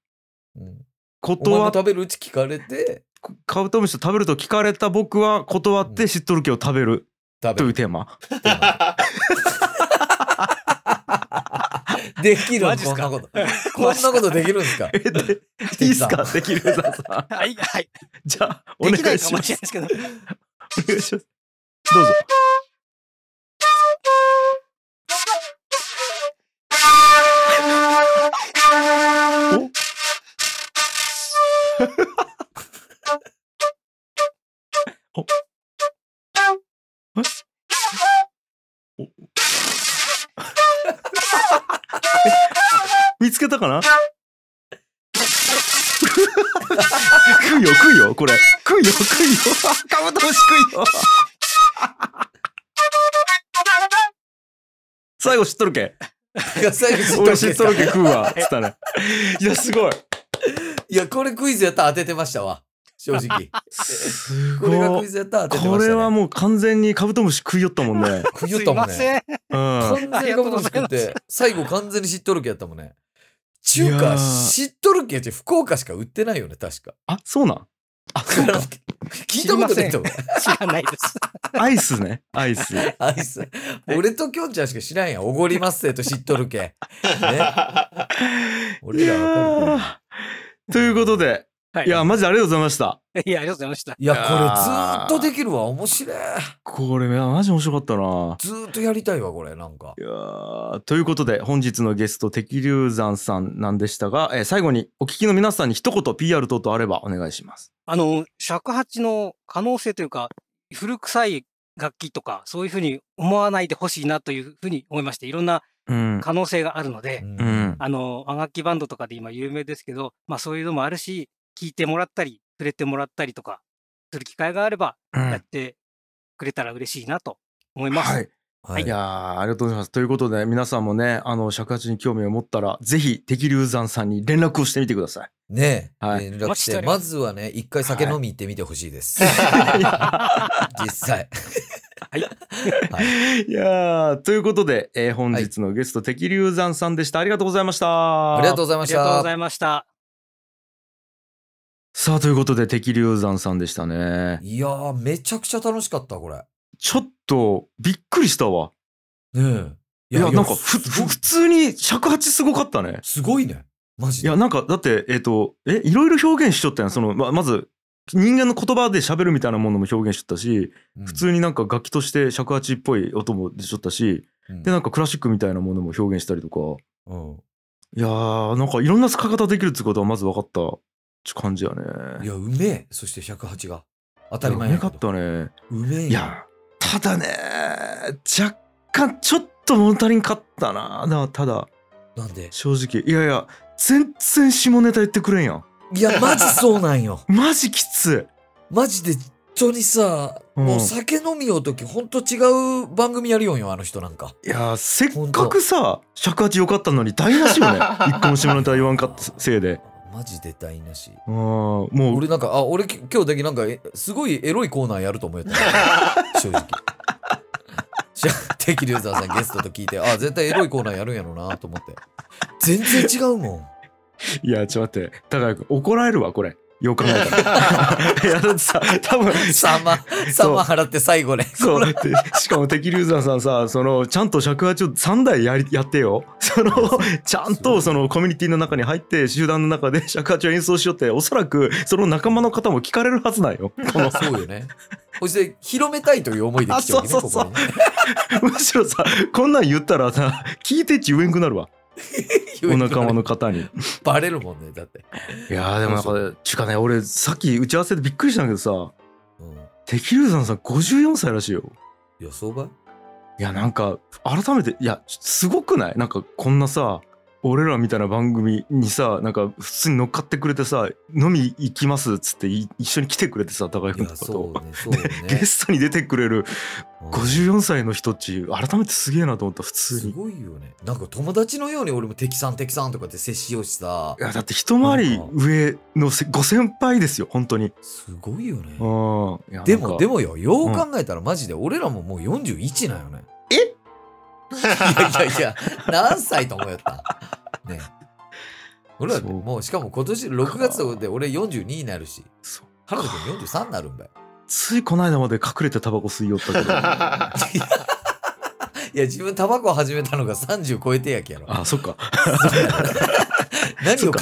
[SPEAKER 2] うんお前
[SPEAKER 1] 断
[SPEAKER 2] も
[SPEAKER 1] っ
[SPEAKER 2] 食べるって聞かれて、
[SPEAKER 1] カブトムシを食べると聞かれた僕は断っ
[SPEAKER 2] う
[SPEAKER 1] て
[SPEAKER 2] ん
[SPEAKER 1] しっとるけを食べる
[SPEAKER 2] 食
[SPEAKER 1] とい
[SPEAKER 2] べ
[SPEAKER 1] う
[SPEAKER 2] る。
[SPEAKER 1] テーマ。
[SPEAKER 2] できる
[SPEAKER 3] マ
[SPEAKER 2] ん
[SPEAKER 3] ジっす
[SPEAKER 2] こん
[SPEAKER 3] か
[SPEAKER 2] なこ
[SPEAKER 3] (laughs)
[SPEAKER 2] と。こんなことできるんすか
[SPEAKER 1] えでいいっすかできるさんさん。
[SPEAKER 3] はい、はい。
[SPEAKER 1] じゃあお願
[SPEAKER 3] で
[SPEAKER 1] い
[SPEAKER 3] きないか
[SPEAKER 1] し
[SPEAKER 3] も
[SPEAKER 1] ま
[SPEAKER 3] し
[SPEAKER 1] す
[SPEAKER 3] れない。ですけど。
[SPEAKER 1] お願いします。どうぞ。見つけたかな食いよ食いよこれ食いよ食いよ (laughs) カブトムシ食 (laughs) いよ最後知っとるけ
[SPEAKER 2] 最後知っと
[SPEAKER 1] 俺
[SPEAKER 2] る
[SPEAKER 1] 知っ
[SPEAKER 2] け
[SPEAKER 1] とるけ食う (laughs) わつったねいやすごい
[SPEAKER 2] いや、これクイズやったら当ててましたわ。正
[SPEAKER 1] (laughs)
[SPEAKER 2] 直。
[SPEAKER 1] す
[SPEAKER 2] これが
[SPEAKER 1] ご
[SPEAKER 2] クイ
[SPEAKER 1] い
[SPEAKER 2] ズやったら当ててま
[SPEAKER 1] こ
[SPEAKER 2] した、ね。
[SPEAKER 1] れはもう完全にカブトムシ食いよったもんね
[SPEAKER 2] クイズや
[SPEAKER 3] す
[SPEAKER 2] っ
[SPEAKER 3] い
[SPEAKER 2] たも
[SPEAKER 3] ま
[SPEAKER 2] ん
[SPEAKER 3] せん。
[SPEAKER 2] ね。
[SPEAKER 1] うん
[SPEAKER 2] 完全にカブトムシ食
[SPEAKER 3] ありがと
[SPEAKER 2] っ
[SPEAKER 3] うござい
[SPEAKER 2] て、最後完全に知っとるけやったもんね。ちゅう
[SPEAKER 1] いや
[SPEAKER 2] か、
[SPEAKER 1] ー
[SPEAKER 2] 知っとるけって福岡しか売ってないよね、確か。
[SPEAKER 1] あそうなんあそうか
[SPEAKER 2] 聞いたことないと思う。
[SPEAKER 3] 知らないです。
[SPEAKER 1] アイスねアイス
[SPEAKER 2] あいつ、俺ときょんちゃんしか知らんやん。おごりますせと知っとるけ。ね。俺らわかるけど。
[SPEAKER 1] いやーということで、
[SPEAKER 3] はい。
[SPEAKER 1] いや、マジありがとうございました。
[SPEAKER 3] いや、ありがとうございました。
[SPEAKER 2] いや、これず
[SPEAKER 1] あ
[SPEAKER 2] ー
[SPEAKER 1] ー
[SPEAKER 2] っとできるわ。面白い。
[SPEAKER 1] これ、いやマジ面白かったな。
[SPEAKER 2] ずーっとやりたいわ、これ、なんか
[SPEAKER 1] い。やーということで、本日のゲスト、敵流山さんなんでしたが、えー最後にお聞きの皆さんに一言 PR 等々あればお願いします。
[SPEAKER 3] あの、尺八の可能性というか、古臭い楽器とか、そういうふうに思わないでほしいなというふうに思いまして、いろんな
[SPEAKER 1] うん。
[SPEAKER 3] 可能性があるので、
[SPEAKER 2] うん
[SPEAKER 1] うん。
[SPEAKER 3] あの、和楽器バンドとかで今有名ですけど、まあそういうのもあるし、聴いてもらったり、触れてもらったりとか、する機会があれば、
[SPEAKER 1] うん
[SPEAKER 3] やってくれたら嬉しいなと思います。
[SPEAKER 1] はい。
[SPEAKER 2] はい
[SPEAKER 1] いやーありがとうございます。ということで、皆さんもね、あの、尺八に興味を持ったら、ぜひ、敵流山さんに連絡をしてみてください。
[SPEAKER 2] ねえ、
[SPEAKER 1] はい
[SPEAKER 2] 連
[SPEAKER 3] お
[SPEAKER 2] 絡
[SPEAKER 3] 待
[SPEAKER 2] し
[SPEAKER 3] ちしてお
[SPEAKER 2] て、
[SPEAKER 3] ります
[SPEAKER 2] まずはね、一回酒飲み行ってみてほしいです。
[SPEAKER 1] (laughs)
[SPEAKER 2] 実際。
[SPEAKER 3] はい
[SPEAKER 1] いやーということで、えー本日のゲスト、敵流山さんでした。ありがとうございました。
[SPEAKER 2] ありがとうござい
[SPEAKER 3] あ
[SPEAKER 2] まし
[SPEAKER 3] りがとう
[SPEAKER 2] た
[SPEAKER 3] ご。ざいました。
[SPEAKER 1] さあということで敵流山さんでしたね
[SPEAKER 2] いやー、めちゃくちゃ楽しかった、これ。
[SPEAKER 1] ちょっとびっくりしたわ
[SPEAKER 2] ね
[SPEAKER 1] いやなんかふ
[SPEAKER 2] す
[SPEAKER 1] ふ
[SPEAKER 2] ごい
[SPEAKER 1] 普通に尺八すごかったね
[SPEAKER 2] すごいね。マジ
[SPEAKER 1] い
[SPEAKER 2] で。
[SPEAKER 1] やなんかだってえっ、とえいろいろ表現しとったやんそのままず人間の言葉で喋るみたいなものも表現しとったし
[SPEAKER 2] うん
[SPEAKER 1] 普通になんか楽器として尺八っぽい音も出しとったし
[SPEAKER 2] うん
[SPEAKER 1] でなんかクラシックみたいなものも表現したりとか
[SPEAKER 2] うん
[SPEAKER 1] いやーなんかいろんな使い方できるってことはまず分かったって感じやね
[SPEAKER 2] いや、うめえ。そして108が。当たり前や
[SPEAKER 1] うまか
[SPEAKER 2] け
[SPEAKER 1] っ
[SPEAKER 2] ど。
[SPEAKER 1] たね
[SPEAKER 2] うめえよ
[SPEAKER 1] いや、ただね、若干ちょっと物足りんかったな。なただ、
[SPEAKER 2] なんで。
[SPEAKER 1] 正直。いやいや、全然下ネタ言ってくれんやん。
[SPEAKER 2] いや、マジそうな
[SPEAKER 1] (laughs)
[SPEAKER 2] んよ。
[SPEAKER 1] マジきつ
[SPEAKER 2] マジで、本当にさ、
[SPEAKER 1] うん
[SPEAKER 2] もう酒飲みようとき、ほんと違う番組やるよんよ、あの人なんか。
[SPEAKER 1] い。いや、せっか
[SPEAKER 2] ほん
[SPEAKER 1] く
[SPEAKER 2] と
[SPEAKER 1] さ、尺八良かったのに台無しよね。一個も下ネタ言わんかったせいで。。
[SPEAKER 2] マジで台無し。
[SPEAKER 1] あーもう、
[SPEAKER 2] 俺なんか、あ、俺き今日だけなんか、えすごいエロいコーナーやる
[SPEAKER 1] (laughs)
[SPEAKER 2] と思うよ。正直。しゃ敵龍沢さんゲストと聞いて、あ、絶対エロいコーナーやるんやろうなと思って。全然違うもん。
[SPEAKER 1] (laughs) いや、ちょっと待って、高谷君、怒られるわ、これ。よく考えたら。いや、だってさ、多分
[SPEAKER 2] サマ、サマ払って最後ね。
[SPEAKER 1] そうだってしかも敵流山さんさそのちゃんと尺八を3台やりやってよその
[SPEAKER 2] (laughs)
[SPEAKER 1] ちゃんとそのコミュニティの中に入って集団の中で尺八を演奏しようっておそらくその仲間の方も聞かれるはずなんよこの
[SPEAKER 2] (laughs) そうよね。そして、広めたいという思いで来ちゃうわけね、
[SPEAKER 1] あそ
[SPEAKER 2] こ
[SPEAKER 1] うそうそう
[SPEAKER 2] こに
[SPEAKER 1] (laughs)
[SPEAKER 2] ね。
[SPEAKER 1] むしろさこんなん言ったらさ聞いてち言えんくなるわお仲間の方に
[SPEAKER 2] バレるもんね、だって。
[SPEAKER 1] いやーでもなん
[SPEAKER 2] そうそ
[SPEAKER 1] かちゅうかね俺さっき打ち合わせでびっくりしたんだけどさ
[SPEAKER 2] うん。
[SPEAKER 1] 敵流山さん54歳らしいよ
[SPEAKER 2] 予想ば
[SPEAKER 1] いやなんか改めていやすごくないなんかこんなさ俺らみたいな番組にさなんか普通に乗っかってくれてさ飲み行きますっつってい一緒に来てくれてさ高井
[SPEAKER 2] い
[SPEAKER 1] 君
[SPEAKER 2] や、
[SPEAKER 1] のこと
[SPEAKER 2] そ
[SPEAKER 1] を
[SPEAKER 2] うね、そうね
[SPEAKER 1] (laughs) ゲ。ストに出てくれる
[SPEAKER 2] うん
[SPEAKER 1] 54歳の人っち改めてすげえなと思った普通
[SPEAKER 2] す
[SPEAKER 1] にい
[SPEAKER 2] ごいよね。なんか友達のように俺も敵さん敵さんとかって接しようしさ。
[SPEAKER 1] やだって一回り上のせご先輩ですよ本当に
[SPEAKER 2] すごいよね
[SPEAKER 1] う。んいや
[SPEAKER 2] でもで
[SPEAKER 1] も
[SPEAKER 2] もよ、よう考えたらマジで俺らももう41なんよね。えいやいやいや、何歳と思いよった。ね俺ら
[SPEAKER 1] そう
[SPEAKER 2] もうしかも今年6月で俺42になるし、原田君43になるんだよ。
[SPEAKER 1] ついこの間まで隠れてタバコ吸いよったけど (laughs)
[SPEAKER 2] いや、自分タバコを始めたのが30超えてやけやろ。
[SPEAKER 1] あそっか
[SPEAKER 2] 何を隠
[SPEAKER 1] (laughs)
[SPEAKER 2] れ
[SPEAKER 1] そっか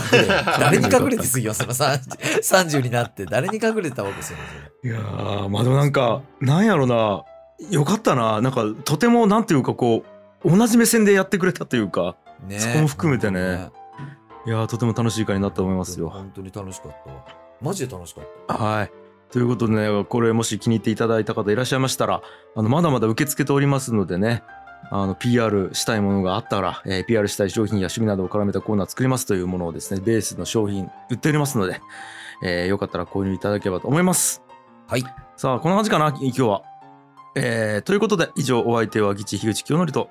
[SPEAKER 2] 誰に隠れてすぎよ、その 30, 30になって。誰に隠れてタバコするのそれ
[SPEAKER 1] いやーまあでもなんかなんやろなよかったななんかとてもなんていうかこう同じ目線でやってくれたというか
[SPEAKER 2] ね
[SPEAKER 1] そこも含めてねいやーとても楽しい回になったと思いますよ
[SPEAKER 2] 本当に楽しかったわマジで楽しかった
[SPEAKER 1] はいということでねこれもし気に入っていただいた方いらっしゃいましたらあのまだまだ受け付けておりますのでねあの PR したいものがあったら、えー PR したい商品や趣味などを絡めたコーナー作りますというものをですねベースの商品売っておりますので、えーよかったら購入いただければと思います
[SPEAKER 2] はい
[SPEAKER 1] さあこんな感じかな今日は、えーということで以上お相手はギチ樋口清則と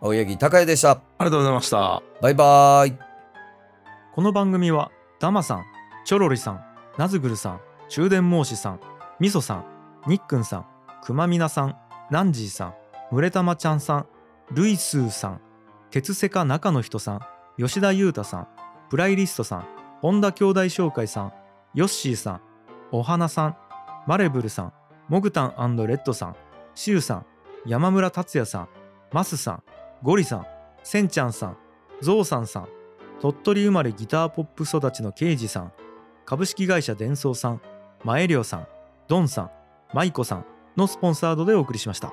[SPEAKER 2] 青柳高也でした
[SPEAKER 1] ありがとうございました
[SPEAKER 2] バイバーイ
[SPEAKER 1] この番組はダマさんチョロリさんナズグルさん終電申しさんみそさんにっくんさんくまみなさんナンジーさんむれたまちゃんさんルイスーさん鉄セカ中の人さん吉田裕太さんプライリストさん本田兄弟紹介さんヨッシーさんお花さんマレブルさんモグタンレッドさんシュウさん山村達也さんマスさんゴリさんセンちゃんさんゾウさんさん鳥取生まれギターポップ育ちの刑事さん株式会社デンソーさん前涼さんドンさん舞子さんのスポンサードでお送りしました。